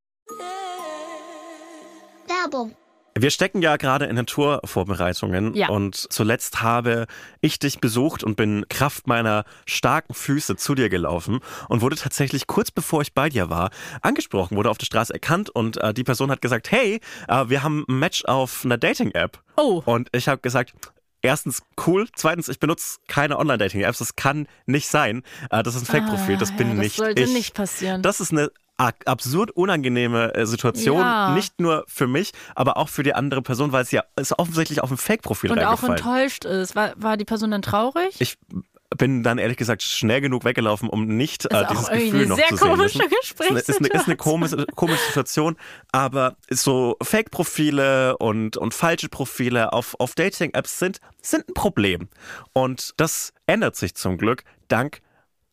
Speaker 4: Werbung,
Speaker 1: Wir stecken ja gerade in den Tourvorbereitungen
Speaker 2: Ja.
Speaker 1: und zuletzt habe ich dich besucht und bin Kraft meiner starken Füße zu dir gelaufen und wurde tatsächlich kurz bevor ich bei dir war angesprochen, wurde auf der Straße erkannt und äh, die Person hat gesagt, hey, äh, wir haben ein Match auf einer Dating-App.
Speaker 2: Oh.
Speaker 1: Und ich habe gesagt, erstens cool, zweitens ich benutze keine Online-Dating-Apps, das kann nicht sein, äh, das ist ein Fake-Profil, das
Speaker 2: Ah,
Speaker 1: bin
Speaker 2: ja, das
Speaker 1: nicht
Speaker 2: sollte
Speaker 1: ich.
Speaker 2: nicht passieren.
Speaker 1: Das ist eine a- absurd unangenehme äh, Situation.
Speaker 2: Ja.
Speaker 1: Nicht nur für mich, aber auch für die andere Person, weil es ja ist offensichtlich auf ein Fake-Profil
Speaker 2: Und auch
Speaker 1: reingefallen.
Speaker 2: enttäuscht ist. War, war die Person dann traurig?
Speaker 1: ich bin dann ehrlich gesagt schnell genug weggelaufen, um nicht äh,
Speaker 2: Also auch
Speaker 1: dieses
Speaker 2: irgendwie
Speaker 1: Gefühl
Speaker 2: eine
Speaker 1: noch
Speaker 2: sehr
Speaker 1: zu sehen.
Speaker 2: komische
Speaker 1: Das ist- Ist eine, ist eine
Speaker 2: Gesprächssituation.
Speaker 1: komische, komische Situation, aber so Fake-Profile und, und falsche Profile auf, auf Dating-Apps sind, sind ein Problem. Und das ändert sich zum Glück dank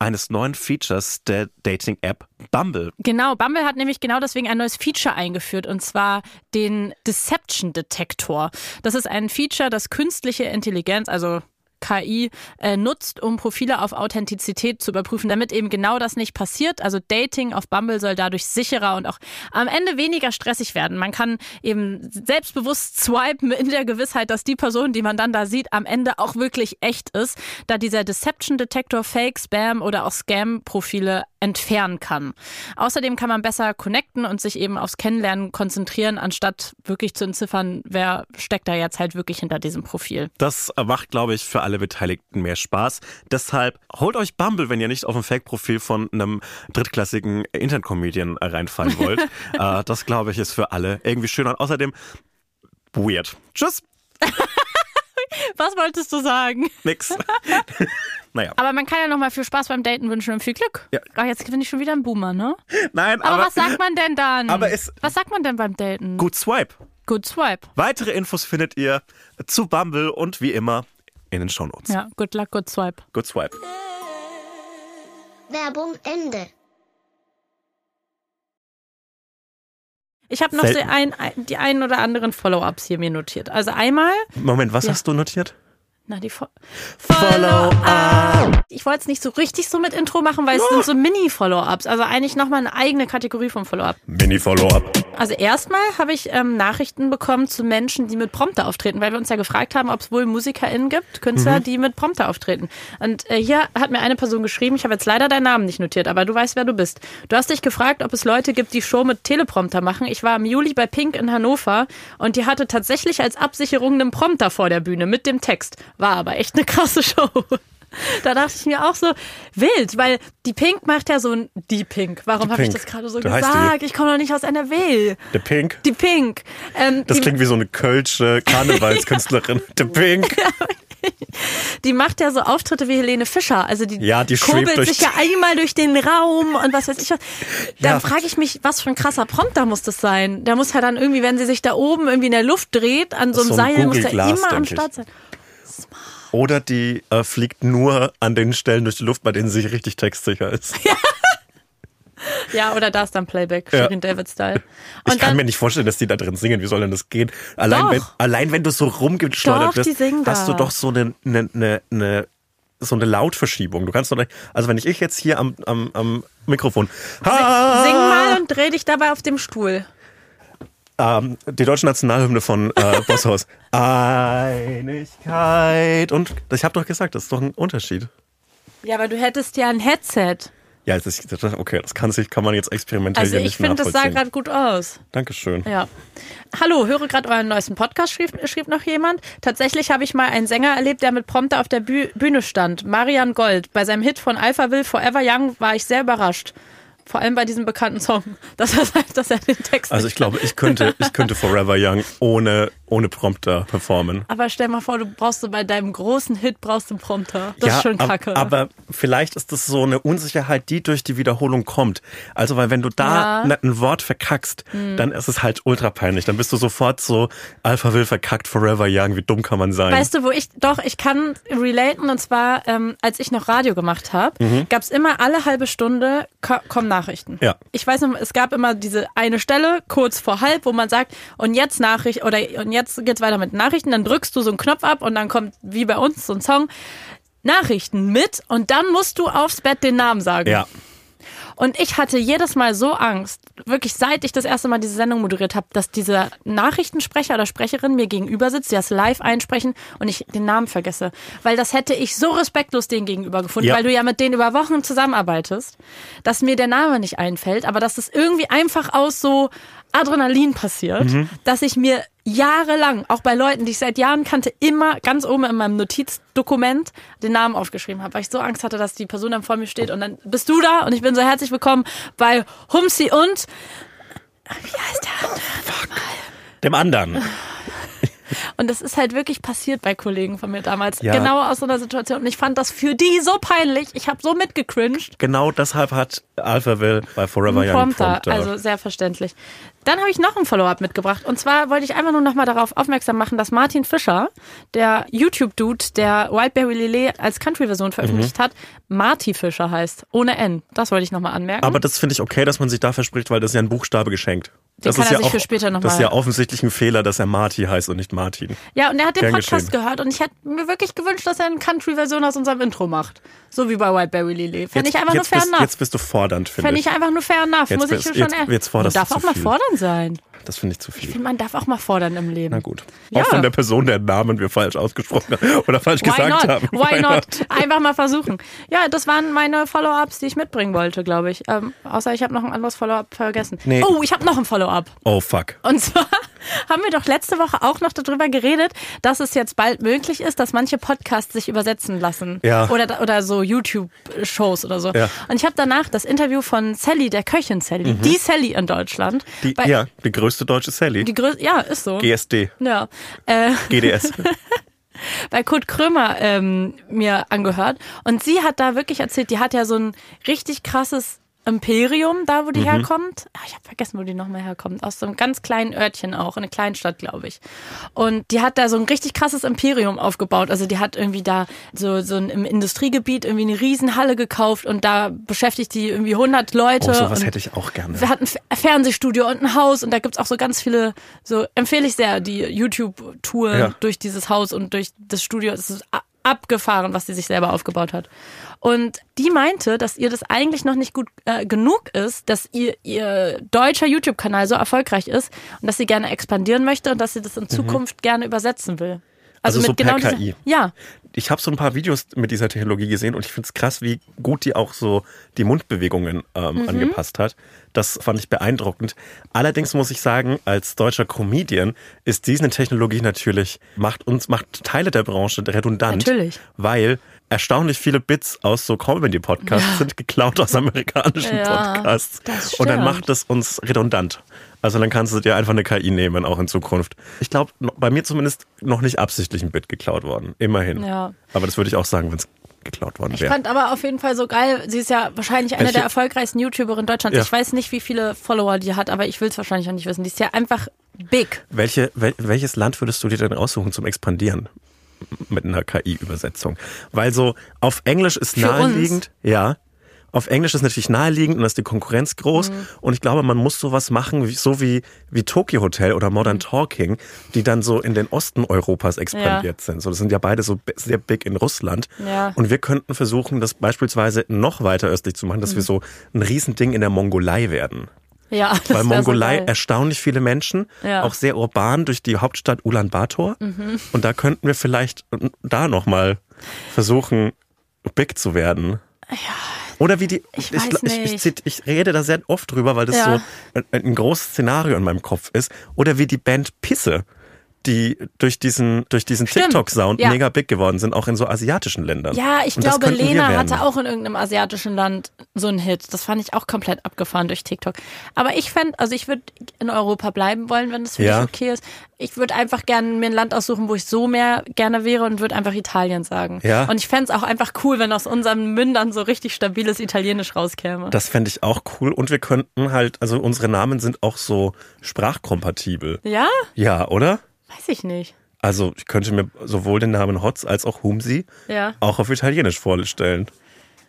Speaker 1: eines neuen Features der Dating-App Bumble.
Speaker 2: Genau, Bumble hat nämlich genau deswegen ein neues Feature eingeführt und zwar den Deception Detector. Das ist ein Feature, das künstliche Intelligenz, also KI, äh, nutzt, um Profile auf Authentizität zu überprüfen, damit eben genau das nicht passiert. Also Dating auf Bumble soll dadurch sicherer und auch am Ende weniger stressig werden. Man kann eben selbstbewusst swipen in der Gewissheit, dass die Person, die man dann da sieht, am Ende auch wirklich echt ist, da dieser Deception Detector Fake, Spam oder auch Scam-Profile entfernen kann. Außerdem kann man besser connecten und sich eben aufs Kennenlernen konzentrieren, anstatt wirklich zu entziffern, wer steckt da jetzt halt wirklich hinter diesem Profil.
Speaker 1: Das macht, glaube ich, für alle Beteiligten mehr Spaß. Deshalb holt euch Bumble, wenn ihr nicht auf ein Fake-Profil von einem drittklassigen Internet-Comedian reinfallen wollt. äh, das, glaube ich, ist für alle irgendwie schöner. Und außerdem weird. Tschüss,
Speaker 2: Was wolltest du sagen?
Speaker 1: nix. naja,
Speaker 2: Aber man kann ja nochmal viel Spaß beim Daten wünschen und viel Glück.
Speaker 1: Ja.
Speaker 2: Ach, jetzt bin ich schon wieder ein Boomer, ne?
Speaker 1: nein,
Speaker 2: Aber,
Speaker 1: aber,
Speaker 2: was sagt man denn dann?
Speaker 1: aber es-
Speaker 2: was sagt man denn beim Daten?
Speaker 1: gut Swipe.
Speaker 2: Good Swipe.
Speaker 1: Weitere Infos findet ihr zu Bumble und wie immer in den Shownotes.
Speaker 2: Ja, good luck, good swipe.
Speaker 1: Good Swipe.
Speaker 4: Werbung Ende.
Speaker 2: Ich habe noch die,
Speaker 1: Selten.
Speaker 2: ein, ein- die einen oder anderen Follow-ups hier mir notiert. Also einmal,
Speaker 1: Moment, was
Speaker 2: Ja.
Speaker 1: hast du notiert?
Speaker 2: na die Fo
Speaker 1: Follow-up.
Speaker 2: Ich wollte es nicht so richtig so mit Intro machen, weil es sind so Mini-Follow-ups. Also eigentlich nochmal eine eigene Kategorie vom Follow-up.
Speaker 1: Mini-Follow-up.
Speaker 2: Also erstmal habe ich ähm, Nachrichten bekommen zu Menschen, die mit Prompter auftreten, weil wir uns ja gefragt haben, ob es wohl MusikerInnen gibt, Künstler,
Speaker 1: Mhm.
Speaker 2: die mit Prompter auftreten. Und äh, hier hat mir eine Person geschrieben, ich habe jetzt leider deinen Namen nicht notiert, aber du weißt, wer du bist. Du hast dich gefragt, ob es Leute gibt, die Show mit Teleprompter machen. Ich war im Juli bei Pink in Hannover und die hatte tatsächlich als Absicherung einen Prompter vor der Bühne mit dem Text. War aber echt eine krasse Show. Da dachte ich mir auch so, wild, weil die Pink macht ja so ein, die Pink, warum habe ich
Speaker 1: Pink.
Speaker 2: das gerade so
Speaker 1: Da heißt die.
Speaker 2: gesagt? Ich komme doch nicht aus NRW.
Speaker 1: The Pink.
Speaker 2: Die Pink. Ähm,
Speaker 1: Das
Speaker 2: die,
Speaker 1: klingt wie so eine kölsche Karnevalskünstlerin. The Pink.
Speaker 2: die macht ja so Auftritte wie Helene Fischer. Also die,
Speaker 1: Ja, die schwebt
Speaker 2: kurbelt
Speaker 1: durch
Speaker 2: sich ja einmal durch den Raum und was weiß ich was. Da
Speaker 1: Ja.
Speaker 2: frage ich mich, was für ein krasser Prompter muss das sein? Da muss ja dann irgendwie, wenn sie sich da oben irgendwie in der Luft dreht, an so einem
Speaker 1: So ein
Speaker 2: Seil, muss der
Speaker 1: Google-Glas,
Speaker 2: immer am
Speaker 1: denke ich.
Speaker 2: Start sein.
Speaker 1: Oder die äh, fliegt nur an den Stellen durch die Luft, bei denen sie richtig textsicher ist.
Speaker 2: Ja, oder da ist dann Playback,
Speaker 1: Ja.
Speaker 2: Shirin David-Style.
Speaker 1: ich
Speaker 2: Und
Speaker 1: kann mir
Speaker 2: dann,
Speaker 1: nicht vorstellen, dass die da drin singen. Wie soll denn das gehen? Allein,
Speaker 2: Doch.
Speaker 1: wenn, allein wenn du so rumgeschleudert
Speaker 2: Doch, die
Speaker 1: bist,
Speaker 2: singen
Speaker 1: hast
Speaker 2: da.
Speaker 1: du doch so eine, eine, eine, eine, so eine Lautverschiebung. Du kannst doch nicht, also wenn ich, ich jetzt hier am, am, am Mikrofon. Ha,
Speaker 2: sing mal und dreh dich dabei auf dem Stuhl.
Speaker 1: ähm, die deutsche Nationalhymne von äh, Bosshaus. Einigkeit. Und ich habe doch gesagt, das ist doch ein Unterschied.
Speaker 2: Ja, aber du hättest ja ein Headset.
Speaker 1: Ja, das ist, das- okay, das kann, sich, kann man jetzt experimentell
Speaker 2: Also
Speaker 1: hier
Speaker 2: ich
Speaker 1: nicht
Speaker 2: finde, das sah
Speaker 1: nachvollziehen.
Speaker 2: gerade gut aus.
Speaker 1: Dankeschön.
Speaker 2: Ja. Hallo, höre gerade euren neuesten Podcast, schrieb, schrieb noch jemand. Tatsächlich habe ich mal einen Sänger erlebt, der mit Prompter auf der Bü Bühne stand. Marian Gold. Bei seinem Hit von Alpha Will Forever Young war ich sehr überrascht. Vor allem bei diesem bekannten Song, dass er, dass er den Text.
Speaker 1: Also ich glaube, ich könnte, ich könnte Forever Young ohne, ohne Prompter performen.
Speaker 2: aber stell mal vor, du brauchst so bei deinem großen Hit brauchst du einen Prompter. Das ist schon
Speaker 1: ab-
Speaker 2: kacke.
Speaker 1: Aber vielleicht ist das so eine Unsicherheit, die durch die Wiederholung kommt. Also, weil wenn du da
Speaker 2: Ja. Hm.
Speaker 1: ne- ein Wort verkackst, dann ist es halt ultra peinlich. Dann bist du sofort so Alpha Will verkackt, Forever Young, wie dumm kann man sein?
Speaker 2: Weißt du, wo ich, doch, ich kann relaten und zwar, ähm, als ich noch Radio gemacht habe, gab's immer alle halbe Stunde ko kommen Nachrichten.
Speaker 1: Mhm. Ja.
Speaker 2: Ich weiß noch, es gab immer diese eine Stelle kurz vor halb, wo man sagt, und jetzt Nachricht oder und jetzt geht's weiter mit Nachrichten, dann drückst du so einen Knopf ab und dann kommt, wie bei uns, so ein Song. Nachrichten mit und dann musst du aufs Bett den Namen sagen.
Speaker 1: ja.
Speaker 2: Und ich hatte jedes Mal so Angst, wirklich seit ich das erste Mal diese Sendung moderiert habe, dass dieser Nachrichtensprecher oder Sprecherin mir gegenüber sitzt, die das live einsprechen und ich den Namen vergesse. Weil das hätte ich so respektlos denen gegenüber gefunden,
Speaker 1: Ja.
Speaker 2: weil du ja mit denen über Wochen zusammenarbeitest, dass mir der Name nicht einfällt, aber dass es irgendwie einfach aus so Adrenalin passiert, dass ich mir jahrelang, auch bei Leuten, die ich seit Jahren kannte, immer ganz oben in meinem Notizdokument den Namen aufgeschrieben habe, weil ich so Angst hatte, dass die Person dann vor mir steht und dann bist du da und ich bin so herzlich willkommen bei Humsi und wie heißt der andere?
Speaker 1: Dem anderen.
Speaker 2: Und das ist halt wirklich passiert bei Kollegen von mir damals.
Speaker 1: Ja.
Speaker 2: Genau aus so einer Situation. Und ich fand das für die so peinlich. Ich habe so mitgecringed.
Speaker 1: Genau deshalb hat Alphaville bei Forever Young einen
Speaker 2: Prompter,
Speaker 1: Prompter.
Speaker 2: also sehr verständlich. Dann habe ich noch ein Follow-up mitgebracht. Und zwar wollte ich einfach nur noch mal darauf aufmerksam machen, dass Martin Fischer, der YouTube-Dude, der Wildberry Lillet als Country-Version veröffentlicht
Speaker 1: Mhm.
Speaker 2: hat, Marty Fischer heißt. Ohne N. Das wollte ich noch mal anmerken.
Speaker 1: Aber das finde ich okay, dass man sich da verspricht, weil das ist ja ein Buchstabe geschenkt. das
Speaker 2: kann
Speaker 1: ist
Speaker 2: er
Speaker 1: ja
Speaker 2: sich
Speaker 1: auch,
Speaker 2: für später noch
Speaker 1: Das ist
Speaker 2: mal-
Speaker 1: ja offensichtlich ein Fehler, dass er Marty heißt und nicht Martin.
Speaker 2: ja, und er hat den
Speaker 1: gern
Speaker 2: Podcast
Speaker 1: geschehen.
Speaker 2: gehört. Und ich hätte mir wirklich gewünscht, dass er eine Country-Version aus unserem Intro macht. So wie bei Wildberry Lillet. Fände ich einfach nur
Speaker 1: jetzt,
Speaker 2: fair
Speaker 1: bist,
Speaker 2: enough.
Speaker 1: jetzt bist du fordernd, finde
Speaker 2: Fände
Speaker 1: ich.
Speaker 2: ich einfach nur fair enough,
Speaker 1: Jetzt
Speaker 2: muss ich
Speaker 1: bist-
Speaker 2: schon
Speaker 1: jetzt-
Speaker 2: ehrlich-
Speaker 1: jetzt forderst
Speaker 2: Man darf
Speaker 1: du
Speaker 2: auch
Speaker 1: zu
Speaker 2: mal
Speaker 1: viel.
Speaker 2: fordern sein.
Speaker 1: Das finde ich zu viel.
Speaker 2: Man darf auch mal fordern im Leben.
Speaker 1: Na gut.
Speaker 2: Ja.
Speaker 1: Auch von der Person, deren Namen wir falsch ausgesprochen oder falsch
Speaker 2: Why
Speaker 1: gesagt
Speaker 2: not?
Speaker 1: haben.
Speaker 2: Why not? Einfach mal versuchen. Ja, das waren meine Follow-ups, die ich mitbringen wollte, glaube ich. Ähm, außer ich habe noch ein anderes Follow-up vergessen.
Speaker 1: Nee.
Speaker 2: Oh, ich habe noch ein Follow-up.
Speaker 1: Oh fuck.
Speaker 2: Und zwar haben wir doch letzte Woche auch noch darüber geredet, dass es jetzt bald möglich ist, dass manche Podcasts sich übersetzen lassen.
Speaker 1: Ja.
Speaker 2: Oder, oder so YouTube-Shows oder so.
Speaker 1: Ja. Mhm.
Speaker 2: Und ich habe danach das Interview von Sally, der Köchin Sally, die Sally in Deutschland.
Speaker 1: Die,
Speaker 2: bei-
Speaker 1: ja, die größte deutsche Sally.
Speaker 2: Die größte, ja, ist so.
Speaker 1: GSD.
Speaker 2: ja. Äh,
Speaker 1: GDS.
Speaker 2: bei Kurt Krömer ähm, mir angehört. Und sie hat da wirklich erzählt, die hat ja so ein richtig krasses Imperium, da wo die
Speaker 1: Mhm.
Speaker 2: herkommt. Ah, ich habe vergessen, wo die nochmal herkommt. Aus so einem ganz kleinen Örtchen auch, in einer Kleinstadt, glaube ich. Und die hat da so ein richtig krasses Imperium aufgebaut. Also die hat irgendwie da so, so ein, im Industriegebiet irgendwie eine Riesenhalle gekauft und da beschäftigt die irgendwie 100 Leute.
Speaker 1: oh, sowas
Speaker 2: und
Speaker 1: hätte ich auch gerne.
Speaker 2: wir hatten ein Fe- Fernsehstudio und ein Haus und da gibt's auch so ganz viele, so empfehle ich sehr, die YouTube-Tour
Speaker 1: Ja.
Speaker 2: durch dieses Haus und durch das Studio. Es ist a- abgefahren, was sie sich selber aufgebaut hat. Und die meinte, dass ihr das eigentlich noch nicht gut äh, genug ist, dass ihr, ihr deutscher YouTube-Kanal so erfolgreich ist und dass sie gerne expandieren möchte und dass sie das in Zukunft gerne übersetzen will.
Speaker 1: Mhm.
Speaker 2: genau
Speaker 1: Also so per
Speaker 2: dieser-
Speaker 1: KI.
Speaker 2: Ja,
Speaker 1: Ich habe so ein paar Videos mit dieser Technologie gesehen und ich finde es krass, wie gut die auch so die Mundbewegungen
Speaker 2: Mhm.
Speaker 1: ähm, angepasst hat. Das fand ich beeindruckend. Allerdings muss ich sagen, als deutscher Comedian ist diese Technologie natürlich, macht uns, macht Teile der Branche redundant.
Speaker 2: Natürlich.
Speaker 1: Weil erstaunlich viele Bits aus so Comedy-Podcasts sind geklaut aus amerikanischen
Speaker 2: Ja,
Speaker 1: Podcasts.
Speaker 2: das
Speaker 1: und dann
Speaker 2: stimmt.
Speaker 1: macht das uns redundant. Also dann kannst du dir einfach eine KI nehmen, auch in Zukunft. Ich glaube, bei mir zumindest noch nicht absichtlich ein Bit geklaut worden. Immerhin.
Speaker 2: Ja.
Speaker 1: Aber das würde ich auch sagen, wenn es geklaut worden
Speaker 2: Ich
Speaker 1: wäre.
Speaker 2: fand aber auf jeden Fall so geil. Sie ist ja wahrscheinlich eine
Speaker 1: Welche-
Speaker 2: der erfolgreichsten YouTuberinnen Deutschlands.
Speaker 1: Ja.
Speaker 2: Ich weiß nicht, wie viele Follower die hat, aber ich will es wahrscheinlich auch nicht wissen. Die ist ja einfach big.
Speaker 1: Welche, wel, welches Land würdest du dir denn aussuchen zum Expandieren? Mit einer KI-Übersetzung. Weil so auf Englisch ist
Speaker 2: Für uns.
Speaker 1: naheliegend. Ja. Auf Englisch ist natürlich naheliegend und da ist die Konkurrenz groß.
Speaker 2: Mhm.
Speaker 1: Und ich glaube, man muss sowas machen, wie, so wie, wie Tokyo Hotel oder Modern
Speaker 2: Mhm.
Speaker 1: Talking, die dann so in den Osten Europas expandiert sind. So, das sind ja beide so bi- sehr big in Russland.
Speaker 2: Ja.
Speaker 1: Und wir könnten versuchen, das beispielsweise noch weiter östlich zu machen, dass
Speaker 2: Mhm.
Speaker 1: wir so ein Riesending in der Mongolei werden.
Speaker 2: Ja, das
Speaker 1: Weil
Speaker 2: wär
Speaker 1: Mongolei
Speaker 2: so geil.
Speaker 1: erstaunlich viele Menschen,
Speaker 2: Ja. Mhm.
Speaker 1: auch sehr urban durch die Hauptstadt Ulaanbaatar. Und da könnten wir vielleicht da nochmal versuchen, big zu werden. Oder wie die.
Speaker 2: Ich weiß
Speaker 1: gl- ich, ich,
Speaker 2: nicht.
Speaker 1: zit- ich rede da sehr oft drüber, weil das
Speaker 2: Ja.
Speaker 1: so ein, ein großes Szenario in meinem Kopf ist. Oder wie die Band Pisse, die durch diesen, durch diesen
Speaker 2: Stimmt.
Speaker 1: TikTok-Sound
Speaker 2: Ja.
Speaker 1: mega big geworden sind, auch in so asiatischen Ländern.
Speaker 2: Ja, ich
Speaker 1: Und das
Speaker 2: glaube,
Speaker 1: könnten wir
Speaker 2: Lena
Speaker 1: werden.
Speaker 2: hatte auch in irgendeinem asiatischen Land so einen Hit. Das fand ich auch komplett abgefahren durch TikTok. Aber ich fände, also ich würde in Europa bleiben wollen, wenn das für
Speaker 1: Ja.
Speaker 2: dich okay ist. Ich würde einfach gerne mir ein Land aussuchen, wo ich so mehr gerne wäre und würde einfach Italien sagen.
Speaker 1: Ja.
Speaker 2: Und ich fände es auch einfach cool, wenn aus unseren Mündern so richtig stabiles Italienisch rauskäme.
Speaker 1: Das fände ich auch cool. Und wir könnten halt, also unsere Namen sind auch so sprachkompatibel.
Speaker 2: ja?
Speaker 1: Ja, oder?
Speaker 2: Weiß ich nicht.
Speaker 1: Also ich könnte mir sowohl den Namen Hotz als auch Humsi
Speaker 2: Ja.
Speaker 1: auch auf Italienisch vorstellen.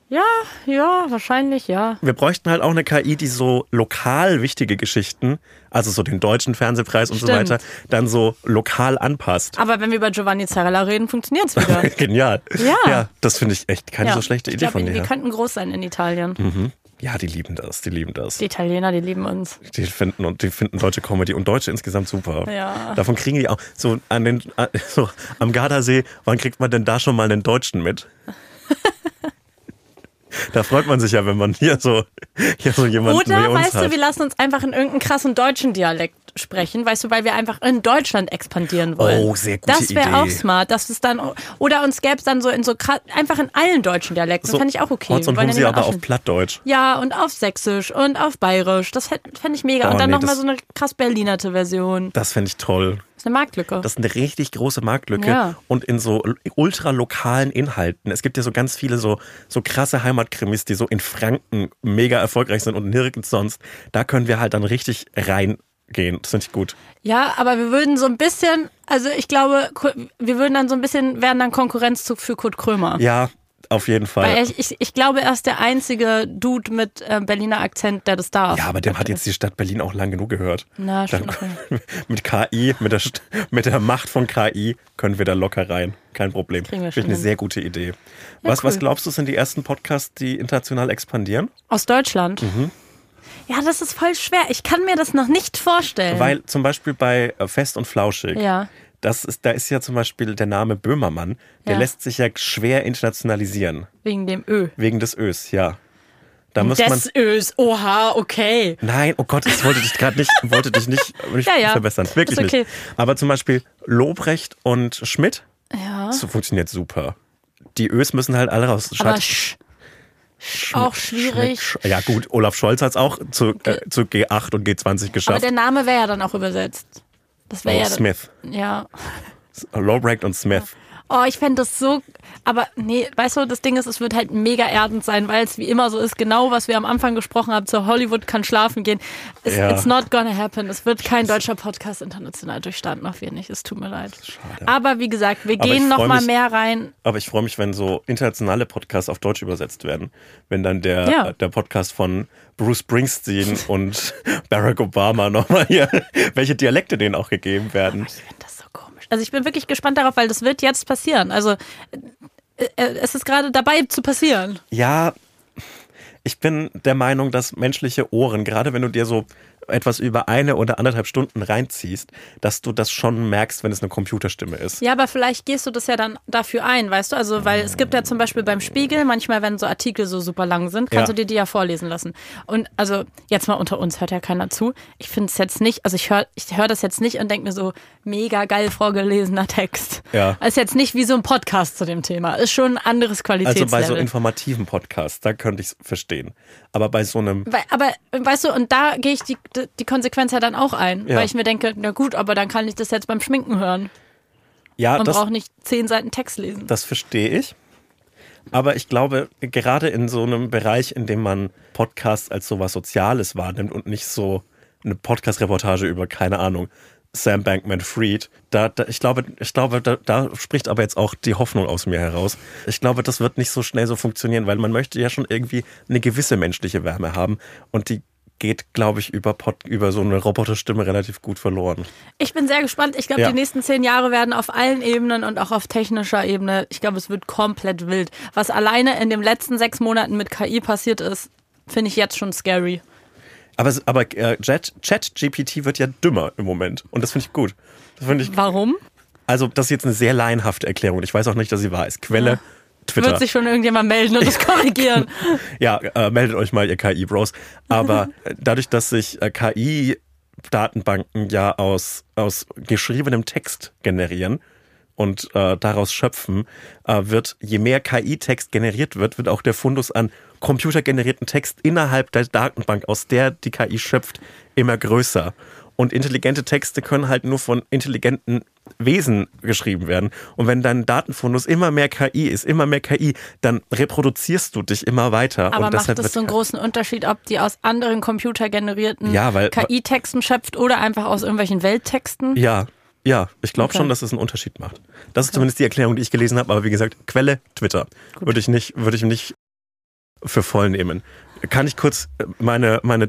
Speaker 2: Ja, ja, wahrscheinlich ja.
Speaker 1: Wir bräuchten halt auch eine KI, die so lokal wichtige Geschichten, also so den deutschen Fernsehpreis und so
Speaker 2: Stimmt.
Speaker 1: weiter, dann so lokal anpasst.
Speaker 2: Aber wenn wir über Giovanni Zarella reden, funktioniert's wieder.
Speaker 1: Genial.
Speaker 2: Ja.
Speaker 1: das finde ich echt keine
Speaker 2: ja.
Speaker 1: so schlechte
Speaker 2: ich
Speaker 1: Idee
Speaker 2: glaub,
Speaker 1: von dir. Hm.
Speaker 2: Wir
Speaker 1: her.
Speaker 2: könnten groß sein in Italien.
Speaker 1: Ja, die lieben das, die lieben das.
Speaker 2: Die Italiener, die lieben uns.
Speaker 1: Die finden und die finden deutsche Comedy und Deutsche insgesamt super.
Speaker 2: Ja.
Speaker 1: Davon kriegen die auch so an den an- so am Gardasee. Wann kriegt man denn da schon mal einen Deutschen mit? da freut man sich ja, wenn man hier so hier so jemanden wie
Speaker 2: Oder
Speaker 1: uns halt.
Speaker 2: weißt
Speaker 1: hat.
Speaker 2: du, wir lassen uns einfach in irgendeinen krassen deutschen Dialekt sprechen, weißt du, weil wir einfach in Deutschland expandieren wollen.
Speaker 1: Oh, sehr gute
Speaker 2: Das
Speaker 1: Idee.
Speaker 2: wäre auch smart, dass es dann oder uns gäbe es dann so in so kra- einfach in allen deutschen Dialekten,
Speaker 1: So,
Speaker 2: fände ich auch okay.
Speaker 1: Hotz und
Speaker 2: Wir wollen ja
Speaker 1: Humsi
Speaker 2: niemanden
Speaker 1: aber auf
Speaker 2: ausschließen.
Speaker 1: Plattdeutsch.
Speaker 2: Ja, und auf Sächsisch und auf Bayerisch. Das fände ich mega.
Speaker 1: Oh,
Speaker 2: und dann
Speaker 1: nee,
Speaker 2: noch nochmal
Speaker 1: das-
Speaker 2: so eine krass Berlinerte Version.
Speaker 1: Das fände ich toll.
Speaker 2: Das ist eine Marktlücke.
Speaker 1: Das ist eine richtig große Marktlücke
Speaker 2: Ja.
Speaker 1: und in so ultralokalen Inhalten. Es gibt ja so ganz viele so, so krasse Heimatkrimis, die so in Franken mega erfolgreich sind und nirgends sonst. Da können wir halt dann richtig reingehen. Das finde ich gut.
Speaker 2: ja, aber wir würden so ein bisschen, also ich glaube, Ku- wir würden dann so ein bisschen, wären dann Konkurrenz zu- für Kurt Krömer.
Speaker 1: Ja, auf jeden
Speaker 2: Weil
Speaker 1: Fall.
Speaker 2: ich, ich, ich glaube, er ist der einzige Dude mit äh, Berliner Akzent, der das darf.
Speaker 1: Ja, aber dem hat jetzt die Stadt Berlin auch lang genug gehört.
Speaker 2: Na,
Speaker 1: Dann-
Speaker 2: stimmt. okay.
Speaker 1: mit KI, mit der, St- mit der Macht von KI können wir da locker rein. Kein Problem.
Speaker 2: kriegen
Speaker 1: Finde
Speaker 2: wir
Speaker 1: ich
Speaker 2: schon
Speaker 1: eine
Speaker 2: hin.
Speaker 1: sehr gute Idee. was, was
Speaker 2: cool.
Speaker 1: glaubst du, sind die ersten Podcasts, die international expandieren?
Speaker 2: Aus Deutschland.
Speaker 1: Mhm.
Speaker 2: Ja, das ist voll schwer. Ich kann mir das noch nicht vorstellen.
Speaker 1: Weil zum Beispiel bei äh, Fest und Flauschig,
Speaker 2: Ähm. Ja.
Speaker 1: das ist, da ist ja zum Beispiel der Name Böhmermann, der
Speaker 2: Ja.
Speaker 1: lässt sich ja schwer internationalisieren,
Speaker 2: Wegen dem Ö.
Speaker 1: wegen des Ös, ja. Da muss man.
Speaker 2: Des Ös. Oha, okay.
Speaker 1: Nein, oh Gott, ich wollte dich gerade nicht, wollte dich nicht, nicht
Speaker 2: Ja, ja.
Speaker 1: verbessern. Wirklich
Speaker 2: Ist okay.
Speaker 1: nicht. Aber zum Beispiel Lobrecht und Schmidt,
Speaker 2: Ja.
Speaker 1: das funktioniert super. Die Ös müssen halt alle raus.
Speaker 2: Aber
Speaker 1: Schat-
Speaker 2: sch, sch auch schwierig.
Speaker 1: Schmidt- Sch- Ja, gut, Olaf Scholz hat es auch zu, äh, zu G8 und G20
Speaker 2: Aber
Speaker 1: geschafft.
Speaker 2: der Name wäre ja dann auch übersetzt. Das wäre
Speaker 1: Oh,
Speaker 2: ja.
Speaker 1: Smith.
Speaker 2: Ja.
Speaker 1: Lobrecht und Smith.
Speaker 2: Oh, ich fände das so. Aber nee, weißt du, das Ding ist, es wird halt mega erdend sein, weil es wie immer so ist, genau was wir am Anfang gesprochen haben, zu Hollywood kann schlafen gehen. It's,
Speaker 1: Ja.
Speaker 2: it's not gonna happen. Es wird kein deutscher Podcast international durchstarten, auf jeden Fall nicht. Es tut mir leid.
Speaker 1: Schade.
Speaker 2: Aber wie gesagt, wir
Speaker 1: Aber ich
Speaker 2: gehen
Speaker 1: freu
Speaker 2: noch mal
Speaker 1: mich-
Speaker 2: mehr rein.
Speaker 1: Aber ich freue mich, wenn so internationale Podcasts auf Deutsch übersetzt werden. Wenn dann der,
Speaker 2: Ja.
Speaker 1: äh, der Podcast von Bruce Springsteen und Barack Obama nochmal hier, welche Dialekte denen auch gegeben werden.
Speaker 2: Ich finde das so komisch. Also ich bin wirklich gespannt darauf, weil das wird jetzt passieren. Also äh, äh, es ist gerade dabei zu passieren.
Speaker 1: Ja, ich bin der Meinung, dass menschliche Ohren, gerade wenn du dir so etwas über eine oder anderthalb Stunden reinziehst, dass du das schon merkst, wenn es eine Computerstimme ist.
Speaker 2: Ja, aber vielleicht gehst du das ja dann dafür ein, weißt du? Also, weil es gibt ja zum Beispiel beim Spiegel, manchmal, wenn so Artikel so super lang sind, kannst
Speaker 1: Ja.
Speaker 2: du dir die ja vorlesen lassen. Und also, jetzt mal unter uns hört ja keiner zu. Ich finde es jetzt nicht, also ich höre ich hör das jetzt nicht und denke mir so, mega geil vorgelesener Text.
Speaker 1: Ja.
Speaker 2: Ist jetzt nicht wie so ein Podcast zu dem Thema. Ist schon ein anderes
Speaker 1: Also
Speaker 2: Qualitätslevel.
Speaker 1: bei so informativen Podcasts, da könnte ich es verstehen. Aber bei so einem
Speaker 2: Weil, aber weißt du, und da gehe ich die, die Konsequenz ja dann auch ein,
Speaker 1: Ja.
Speaker 2: weil ich mir denke, na gut, aber dann kann ich das jetzt beim Schminken hören
Speaker 1: ja,
Speaker 2: und
Speaker 1: das,
Speaker 2: brauche nicht zehn Seiten Text lesen.
Speaker 1: Das verstehe ich. Aber ich glaube, gerade in so einem Bereich, in dem man Podcasts als so was Soziales wahrnimmt und nicht so eine Podcast-Reportage über, keine Ahnung, Sam Bankman Fried, da, da, ich glaube, ich glaube da, da spricht aber jetzt auch die Hoffnung aus mir heraus. Ich glaube, das wird nicht so schnell so funktionieren, weil man möchte ja schon irgendwie eine gewisse menschliche Wärme haben und die geht, glaube ich, über, Pod, über so eine Roboterstimme relativ gut verloren.
Speaker 2: Ich bin sehr gespannt. Ich glaube,
Speaker 1: Ja.
Speaker 2: die nächsten zehn Jahre werden auf allen Ebenen und auch auf technischer Ebene, ich glaube, es wird komplett wild. Was alleine in den letzten sechs Monaten mit KI passiert ist, finde ich jetzt schon scary.
Speaker 1: Aber, es- aber äh, Chat- Chat-GPT wird ja dümmer im Moment und das finde ich gut. Das finde ich
Speaker 2: Warum?
Speaker 1: Also, das ist jetzt eine sehr laienhafte Erklärung. Ich weiß auch nicht, dass sie wahr ist. Quelle, Twitter.
Speaker 2: Wird sich schon irgendjemand melden und es korrigieren.
Speaker 1: Ja, äh, meldet euch mal, ihr KI-Bros. Aber äh, dadurch, dass sich äh, KI-Datenbanken ja aus, aus geschriebenem Text generieren und äh, daraus schöpfen, äh, wird, je mehr KI-Text generiert wird, wird auch der Fundus an computergenerierten Text innerhalb der Datenbank, aus der die KI schöpft, immer größer. Und intelligente Texte können halt nur von intelligenten Wesen geschrieben werden. Und wenn dein Datenfundus immer mehr KI ist, immer mehr KI, dann reproduzierst du dich immer weiter.
Speaker 2: Aber
Speaker 1: und
Speaker 2: macht
Speaker 1: deshalb
Speaker 2: es so einen
Speaker 1: wird-
Speaker 2: großen Unterschied, ob die aus anderen computergenerierten
Speaker 1: Ja, weil-
Speaker 2: KI-Texten schöpft oder einfach aus irgendwelchen Welttexten?
Speaker 1: Ja, ja, ich glaube
Speaker 2: Okay.
Speaker 1: schon, dass es einen Unterschied macht. Das ist zumindest die Erklärung, die ich gelesen habe. Aber wie gesagt, Quelle Twitter würde ich nicht, würde ich nicht für voll nehmen. Kann ich kurz äh, meine, meine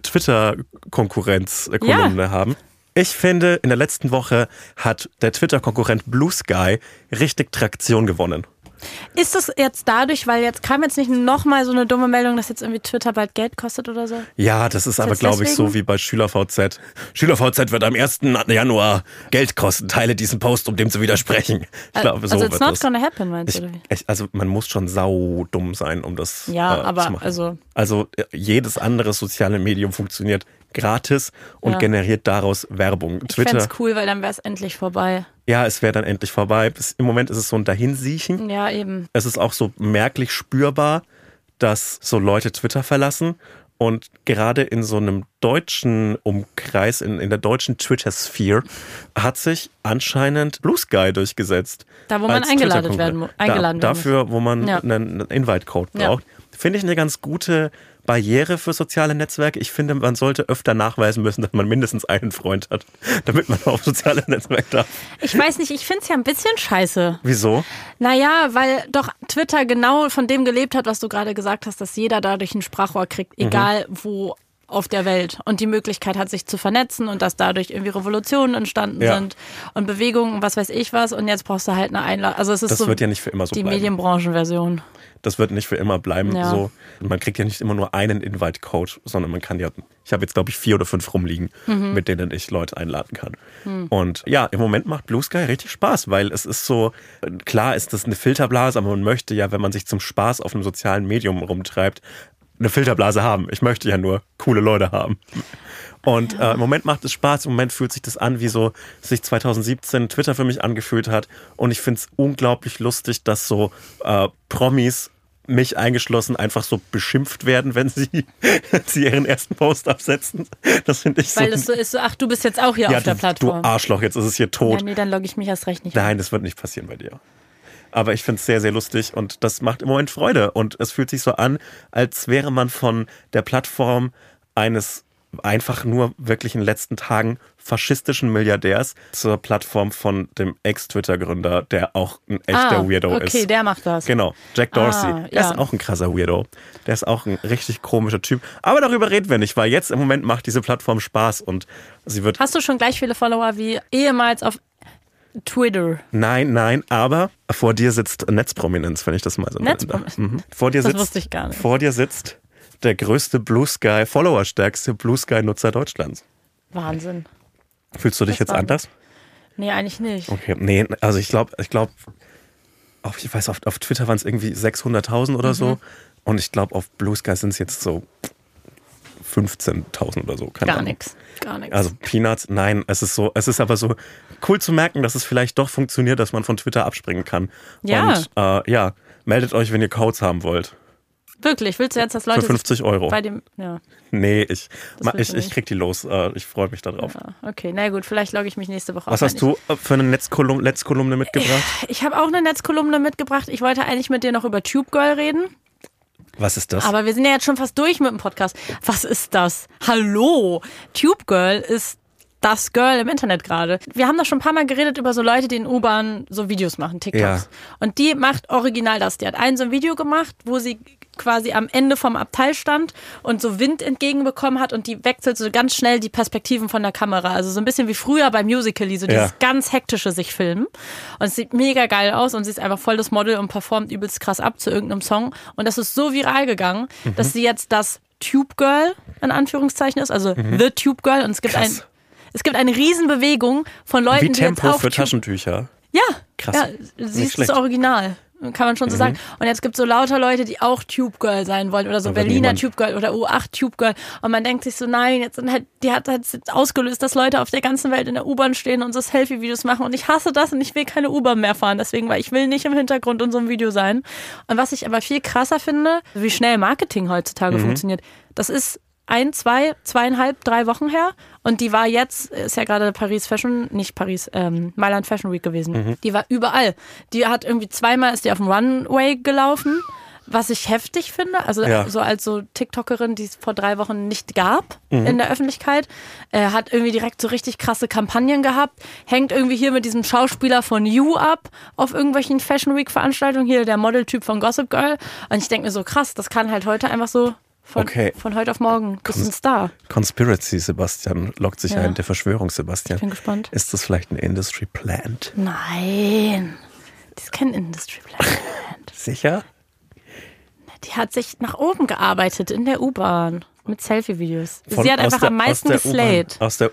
Speaker 1: Twitter-Konkurrenz-Kolumne haben? Ich finde, in der letzten Woche hat der Twitter-Konkurrent Blue Sky richtig Traktion gewonnen.
Speaker 2: Ist das jetzt dadurch, weil jetzt kam jetzt nicht nochmal so eine dumme Meldung, dass jetzt irgendwie Twitter bald Geld kostet oder so?
Speaker 1: Ja, das ist aber,
Speaker 2: jetzt
Speaker 1: glaube ich, so
Speaker 2: deswegen?
Speaker 1: wie bei SchülerVZ. SchülerVZ wird am 1. Januar Geld kosten. Teile diesen Post, um dem zu widersprechen. Ich glaube, so
Speaker 2: also
Speaker 1: wird
Speaker 2: it's not
Speaker 1: es.
Speaker 2: gonna happen, meinst
Speaker 1: Ich,
Speaker 2: du? oder wie?
Speaker 1: ich, also man muss schon sau dumm sein, um das
Speaker 2: Ja,
Speaker 1: äh,
Speaker 2: aber
Speaker 1: zu machen.
Speaker 2: also-
Speaker 1: also äh, jedes andere soziale Medium funktioniert gratis und
Speaker 2: Ja.
Speaker 1: generiert daraus Werbung.
Speaker 2: Ich fände
Speaker 1: Twitter,
Speaker 2: es cool, weil dann wäre es endlich vorbei.
Speaker 1: ja, es wäre dann endlich vorbei. Bis, Im Moment ist es so ein Dahinsiechen.
Speaker 2: Ja, eben.
Speaker 1: Es ist auch so merklich spürbar, dass so Leute Twitter verlassen. Und gerade in so einem deutschen Umkreis, in, in der deutschen Twitter-Sphere, hat sich anscheinend Blue Sky durchgesetzt.
Speaker 2: Da, wo man
Speaker 1: Als
Speaker 2: eingeladen
Speaker 1: Twitter-Konkurrent.
Speaker 2: werden mu- eingeladen
Speaker 1: da,
Speaker 2: werden muss.
Speaker 1: Dafür, wo man
Speaker 2: Ja.
Speaker 1: einen Invite-Code
Speaker 2: Ja.
Speaker 1: braucht. Finde ich eine ganz gute Barriere für soziale Netzwerke. Ich finde, man sollte öfter nachweisen müssen, dass man mindestens einen Freund hat, damit man auf soziale Netzwerke darf.
Speaker 2: Ich weiß nicht, ich finde es ja ein bisschen scheiße.
Speaker 1: Wieso?
Speaker 2: Naja, weil doch Twitter genau von dem gelebt hat, was du gerade gesagt hast, dass jeder dadurch ein Sprachrohr kriegt,
Speaker 1: Mhm.
Speaker 2: egal wo auf der Welt. Und die Möglichkeit hat, sich zu vernetzen und dass dadurch irgendwie Revolutionen entstanden
Speaker 1: Ja.
Speaker 2: sind und Bewegungen, und was weiß ich was. Und jetzt brauchst du halt eine Einladung. Also es ist
Speaker 1: Das
Speaker 2: so
Speaker 1: wird ja nicht für immer so
Speaker 2: die
Speaker 1: bleiben.
Speaker 2: Medienbranchenversion.
Speaker 1: Das wird nicht für immer bleiben.
Speaker 2: Ja.
Speaker 1: So. Man kriegt ja nicht immer nur einen Invite-Code, sondern man kann ja, ich habe jetzt glaube ich vier oder fünf rumliegen, mit denen ich Leute einladen kann. Und ja, im Moment macht Blue Sky richtig Spaß, weil es ist so, klar ist das eine Filterblase, aber man möchte ja, wenn man sich zum Spaß auf einem sozialen Medium rumtreibt, eine Filterblase haben. Ich möchte ja nur coole Leute haben. Und äh, im Moment macht es Spaß, im Moment fühlt sich das an, wie so sich 2017 Twitter für mich angefühlt hat. Und ich finde es unglaublich lustig, dass so äh, Promis, mich eingeschlossen, einfach so beschimpft werden, wenn sie, wenn sie ihren ersten Post absetzen. Das finde ich
Speaker 2: Weil
Speaker 1: so.
Speaker 2: das so ist, so, ach, du bist jetzt auch hier
Speaker 1: ja,
Speaker 2: auf der
Speaker 1: du, du
Speaker 2: Plattform.
Speaker 1: Arschloch, jetzt ist es hier
Speaker 2: ja,
Speaker 1: tot.
Speaker 2: nee, dann logge ich mich erst recht nicht. ein.
Speaker 1: Nein, das wird nicht passieren bei dir. Aber ich finde es sehr, sehr lustig und das macht im Moment Freude. Und es fühlt sich so an, als wäre man von der Plattform eines einfach nur wirklich in den letzten Tagen faschistischen Milliardärs zur Plattform von dem Ex-Twitter-Gründer, der auch ein echter
Speaker 2: ah,
Speaker 1: Weirdo
Speaker 2: okay,
Speaker 1: ist.
Speaker 2: der macht das.
Speaker 1: Genau, Jack Dorsey.
Speaker 2: Ah,
Speaker 1: Der
Speaker 2: ja.
Speaker 1: ist auch ein krasser Weirdo. Der ist auch ein richtig komischer Typ. Aber darüber reden wir nicht, weil jetzt im Moment macht diese Plattform Spaß und sie wird
Speaker 2: Hast du schon gleich viele Follower wie ehemals auf Twitter?
Speaker 1: Nein, nein, aber vor dir sitzt Netzprominenz, wenn ich das mal so nennen darf.
Speaker 2: Netzprominenz?
Speaker 1: Mhm. Vor dir
Speaker 2: Das
Speaker 1: sitzt,
Speaker 2: wusste ich gar nicht.
Speaker 1: Vor dir sitzt der größte Blue Sky, followerstärkste Blue Sky-Nutzer Deutschlands.
Speaker 2: Wahnsinn.
Speaker 1: Fühlst du dich
Speaker 2: Das
Speaker 1: jetzt
Speaker 2: war-
Speaker 1: anders?
Speaker 2: Nee, eigentlich nicht.
Speaker 1: Okay, nee, also ich glaube, ich glaube, auf, ich weiß, auf, auf Twitter waren es irgendwie 600.000 oder
Speaker 2: Mhm.
Speaker 1: so. Und ich glaube, auf Blue Sky sind es jetzt so 15.000 oder so. Keine
Speaker 2: Gar
Speaker 1: Ahnung.
Speaker 2: nichts. Gar nichts.
Speaker 1: Also Peanuts, nein, es ist so, es ist aber so cool zu merken, dass es vielleicht doch funktioniert, dass man von Twitter abspringen kann.
Speaker 2: Ja.
Speaker 1: Und äh, ja, meldet euch, wenn ihr Codes haben wollt.
Speaker 2: Wirklich, willst du jetzt, dass
Speaker 1: Für
Speaker 2: Leute sich
Speaker 1: 50 Euro.
Speaker 2: bei dem. Ja,
Speaker 1: Nee, ich,
Speaker 2: Das
Speaker 1: ma-
Speaker 2: willst
Speaker 1: ich,
Speaker 2: du
Speaker 1: ich
Speaker 2: nicht.
Speaker 1: krieg die los. Äh, ich freue mich darauf.
Speaker 2: ja. ah, Okay, na gut, vielleicht logge ich mich nächste Woche
Speaker 1: Was
Speaker 2: auch
Speaker 1: hast du äh, für eine Netzkolum Netzkolumne mitgebracht?
Speaker 2: ein. Ich habe auch eine Netzkolumne mitgebracht. Ich wollte eigentlich mit dir noch über Tube Girl reden,
Speaker 1: Was ist das?
Speaker 2: aber wir sind ja jetzt schon fast durch mit dem Podcast. Was ist das? Hallo! Tube Girl ist. Das Girl im Internet gerade. Wir haben doch schon ein paar Mal geredet über so Leute, die in U-Bahn so Videos machen, TikToks.
Speaker 1: Ja.
Speaker 2: Und die macht original das. Die hat ein so ein Video gemacht, wo sie quasi am Ende vom Abteil stand und so Wind entgegenbekommen hat und die wechselt so ganz schnell die Perspektiven von der Kamera. Also so ein bisschen wie früher bei Musical.ly, so dieses
Speaker 1: Ja.
Speaker 2: ganz hektische sich filmen. Und es sieht mega geil aus und sie ist einfach voll das Model und performt übelst krass ab zu irgendeinem Song. Und das ist so viral gegangen, dass sie jetzt das Tube Girl in Anführungszeichen ist, also The Tube Girl. Und es gibt
Speaker 1: Mhm. Krass.
Speaker 2: ein... Es gibt eine Riesenbewegung von Leuten,
Speaker 1: Wie
Speaker 2: die jetzt
Speaker 1: Tempo
Speaker 2: auf
Speaker 1: für
Speaker 2: Tube
Speaker 1: Taschentücher.
Speaker 2: ja,
Speaker 1: Krass.
Speaker 2: Ja,
Speaker 1: Nicht
Speaker 2: sie ist das
Speaker 1: schlecht. Mhm.
Speaker 2: Original. Kann man schon so sagen. Und jetzt gibt es so lauter Leute, die auch Tube Girl sein wollen oder so
Speaker 1: Da wird
Speaker 2: Berliner
Speaker 1: niemand-
Speaker 2: Tube Girl oder U8 Tube Girl. Und man denkt sich so, nein, jetzt sind halt, die hat halt ausgelöst, dass Leute auf der ganzen Welt in der U-Bahn stehen und so Selfie-Videos machen. Und ich hasse das und ich will keine U-Bahn mehr fahren. Deswegen, weil ich will nicht im Hintergrund in so einem Video sein. Und was ich aber viel krasser finde, wie schnell Marketing heutzutage funktioniert. Das ist ein, zwei, zweieinhalb, drei Wochen her. Und die war jetzt, ist ja gerade Paris Fashion, nicht Paris, ähm, Mailand Fashion Week gewesen. Die war überall. Die hat irgendwie zweimal ist die auf dem Runway gelaufen, was ich heftig finde. Also
Speaker 1: Ja.
Speaker 2: so als so TikTokerin, die es vor drei Wochen nicht gab
Speaker 1: Mhm.
Speaker 2: in der Öffentlichkeit. Äh, hat irgendwie direkt so richtig krasse Kampagnen gehabt. Hängt irgendwie hier mit diesem Schauspieler von You ab auf irgendwelchen Fashion Week Veranstaltungen. Hier der Modeltyp von Gossip Girl. Und ich denke mir so, krass, das kann halt heute einfach so von,
Speaker 1: Okay.
Speaker 2: von heute auf morgen. Du bist ein Star.
Speaker 1: Conspiracy Sebastian lockt sich
Speaker 2: Ja.
Speaker 1: ein, der Verschwörungs-Sebastian.
Speaker 2: Ich bin gespannt.
Speaker 1: Ist das vielleicht ein Industry Plant?
Speaker 2: Nein. Die ist kein Industry Plan.
Speaker 1: Sicher?
Speaker 2: Die hat sich nach oben gearbeitet in der U-Bahn mit Selfie-Videos.
Speaker 1: Von-
Speaker 2: Sie hat
Speaker 1: aus
Speaker 2: einfach
Speaker 1: der-
Speaker 2: am
Speaker 1: aus
Speaker 2: meisten
Speaker 1: der U-Bahn-
Speaker 2: geslayed.
Speaker 1: Aus der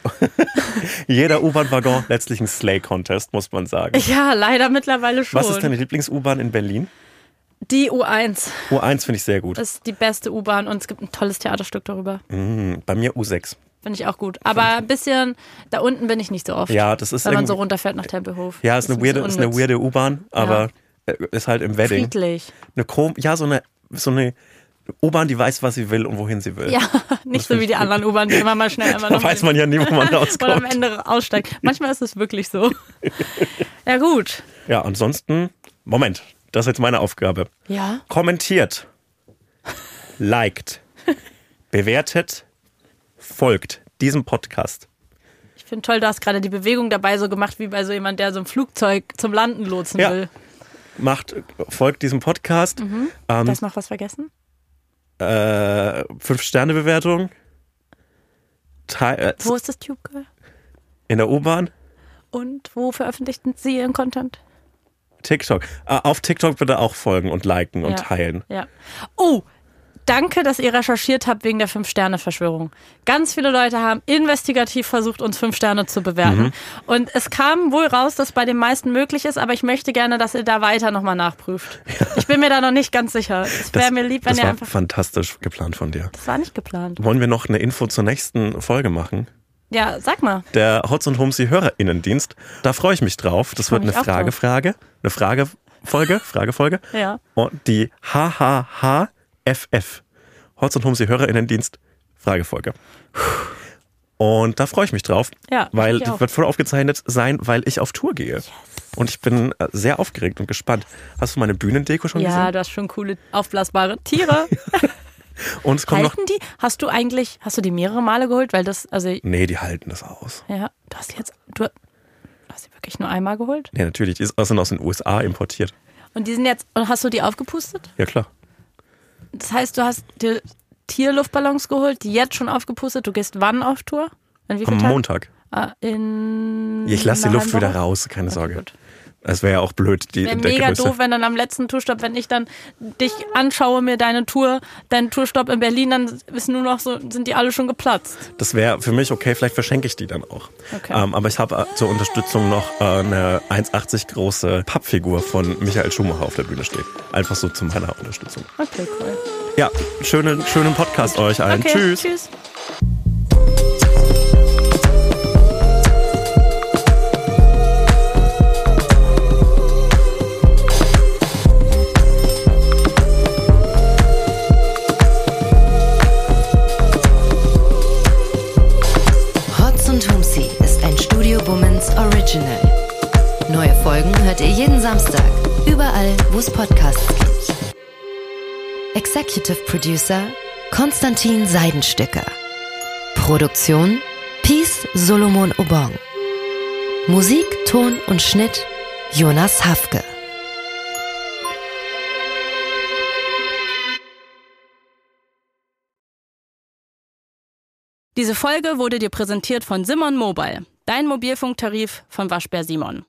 Speaker 1: jeder U-Bahn-Waggon letztlich ein Slay-Contest, muss man sagen.
Speaker 2: Ja, leider mittlerweile schon.
Speaker 1: Was ist deine Lieblings-U-Bahn in Berlin?
Speaker 2: die U1
Speaker 1: U1 finde ich sehr gut. Mhm.
Speaker 2: ist die beste U-Bahn und es gibt ein tolles Theaterstück darüber.
Speaker 1: Bei mir U6.
Speaker 2: Finde ich auch gut. Aber ein bisschen, da unten bin ich nicht so oft.
Speaker 1: Ja, das ist
Speaker 2: Wenn man so
Speaker 1: irgendwie-
Speaker 2: runterfährt nach Tempelhof.
Speaker 1: Ja, ist eine weirde,
Speaker 2: bisschen
Speaker 1: ist eine
Speaker 2: unnütz.
Speaker 1: weirde U-Bahn, aber äh, ist halt im Wedding.
Speaker 2: Friedlich.
Speaker 1: Eine Kom ja, so eine, so eine U-Bahn, die weiß, was sie will und wohin sie will.
Speaker 2: Ja, nicht so wie die anderen U-Bahn, die immer mal schnell immer
Speaker 1: Da
Speaker 2: noch
Speaker 1: weiß man ja nie, wo man
Speaker 2: oder am
Speaker 1: rauskommt.
Speaker 2: Ende aussteigt. Manchmal ist es wirklich so. Ja, gut.
Speaker 1: Ja, ansonsten, Moment, das ist jetzt meine Aufgabe.
Speaker 2: Ja.
Speaker 1: Kommentiert, liked, bewertet, folgt diesem Podcast.
Speaker 2: Ich finde toll, du hast gerade die Bewegung dabei so gemacht, wie bei so jemand, der so ein Flugzeug zum Landen lotsen
Speaker 1: Ja.
Speaker 2: will.
Speaker 1: Macht, folgt diesem Podcast. ähm,
Speaker 2: Du hast noch was vergessen?
Speaker 1: Äh, Fünf-Sterne-Bewertung. Teil- äh,
Speaker 2: Wo ist das Tube Girl?
Speaker 1: In der U-Bahn.
Speaker 2: Und wo veröffentlichten sie ihren Content?
Speaker 1: TikTok. Äh, auf TikTok bitte auch folgen und liken und
Speaker 2: Ja.
Speaker 1: teilen.
Speaker 2: Ja. Oh, danke, dass ihr recherchiert habt wegen der Fünf-Sterne-Verschwörung. Ganz viele Leute haben investigativ versucht, uns fünf Sterne zu bewerten.
Speaker 1: Mhm.
Speaker 2: Und es kam wohl raus, dass bei den meisten möglich ist, aber ich möchte gerne, dass ihr da weiter nochmal nachprüft. Ich bin mir da noch nicht ganz sicher. Es wäre mir lieb, wenn
Speaker 1: das
Speaker 2: ihr
Speaker 1: war Hm.
Speaker 2: einfach.
Speaker 1: fantastisch geplant von dir.
Speaker 2: Das war nicht geplant.
Speaker 1: Wollen wir noch eine Info zur nächsten Folge machen?
Speaker 2: Ja, sag mal.
Speaker 1: Der Hotz und Humsi HörerInnendienst. Da freue ich mich drauf. Das wird
Speaker 2: mich
Speaker 1: eine
Speaker 2: auch drauf.
Speaker 1: Frage-Frage. Eine Frage-Folge. Frage-Folge.
Speaker 2: Ja.
Speaker 1: Und die HHHFF. Hotz und Humsi HörerInnendienst. Fragefolge. Und da freue ich mich drauf,
Speaker 2: Ja,
Speaker 1: weil
Speaker 2: ich
Speaker 1: das
Speaker 2: auch.
Speaker 1: wird voll aufgezeichnet sein, weil ich auf Tour gehe. Und ich bin äh, sehr aufgeregt und gespannt. Hast du meine Bühnendeko schon
Speaker 2: Ja,
Speaker 1: gesehen?
Speaker 2: du hast schon coole, aufblasbare Tiere.
Speaker 1: Und es kommen noch.
Speaker 2: Halten die? Hast du eigentlich, hast du die mehrere Male geholt? Weil das, also,
Speaker 1: Nee, die halten das aus.
Speaker 2: ja, du hast jetzt, du hast sie wirklich nur einmal geholt?
Speaker 1: Ja, natürlich. Die sind aus den USA importiert.
Speaker 2: Und die sind jetzt, und hast du die aufgepustet?
Speaker 1: Ja, klar.
Speaker 2: Das heißt, du hast dir Tierluftballons geholt, die jetzt schon aufgepustet. Du gehst wann auf Tour? In wie viel
Speaker 1: Am
Speaker 2: Tagen?
Speaker 1: Montag.
Speaker 2: Ah, in
Speaker 1: Ich lasse die
Speaker 2: einer
Speaker 1: Luft
Speaker 2: halben
Speaker 1: wieder
Speaker 2: Woche?
Speaker 1: raus, keine Sorge.
Speaker 2: gut.
Speaker 1: Es wäre ja auch blöd, die
Speaker 2: Wäre
Speaker 1: der
Speaker 2: mega
Speaker 1: Größe.
Speaker 2: doof, wenn dann am letzten Tourstopp, wenn ich dann dich anschaue, mir deine Tour, deinen Tourstopp in Berlin, dann ist nur noch so, sind die alle schon geplatzt.
Speaker 1: Das wäre für mich okay, vielleicht verschenke ich die dann auch.
Speaker 2: Okay.
Speaker 1: Ähm, aber ich habe äh, zur Unterstützung noch äh, eine 1,80 große Pappfigur von Michael Schumacher auf der Bühne stehen. Einfach so zu meiner Unterstützung.
Speaker 2: Okay, cool.
Speaker 1: Ja, schönen, schönen Podcast euch allen.
Speaker 2: Okay,
Speaker 1: Tschüss.
Speaker 2: tschüss.
Speaker 3: Hotz und Humsi ist ein Studio Bummens Original. Neue Folgen hört ihr jeden Samstag, überall, wo es Podcasts gibt. Executive Producer Konstantin Seidenstücker. Produktion Peace Solomon Obong. Musik, Ton und Schnitt Jonas Hafke.
Speaker 2: Diese Folge wurde dir präsentiert von Simon Mobile, dein Mobilfunktarif von Waschbär Simon.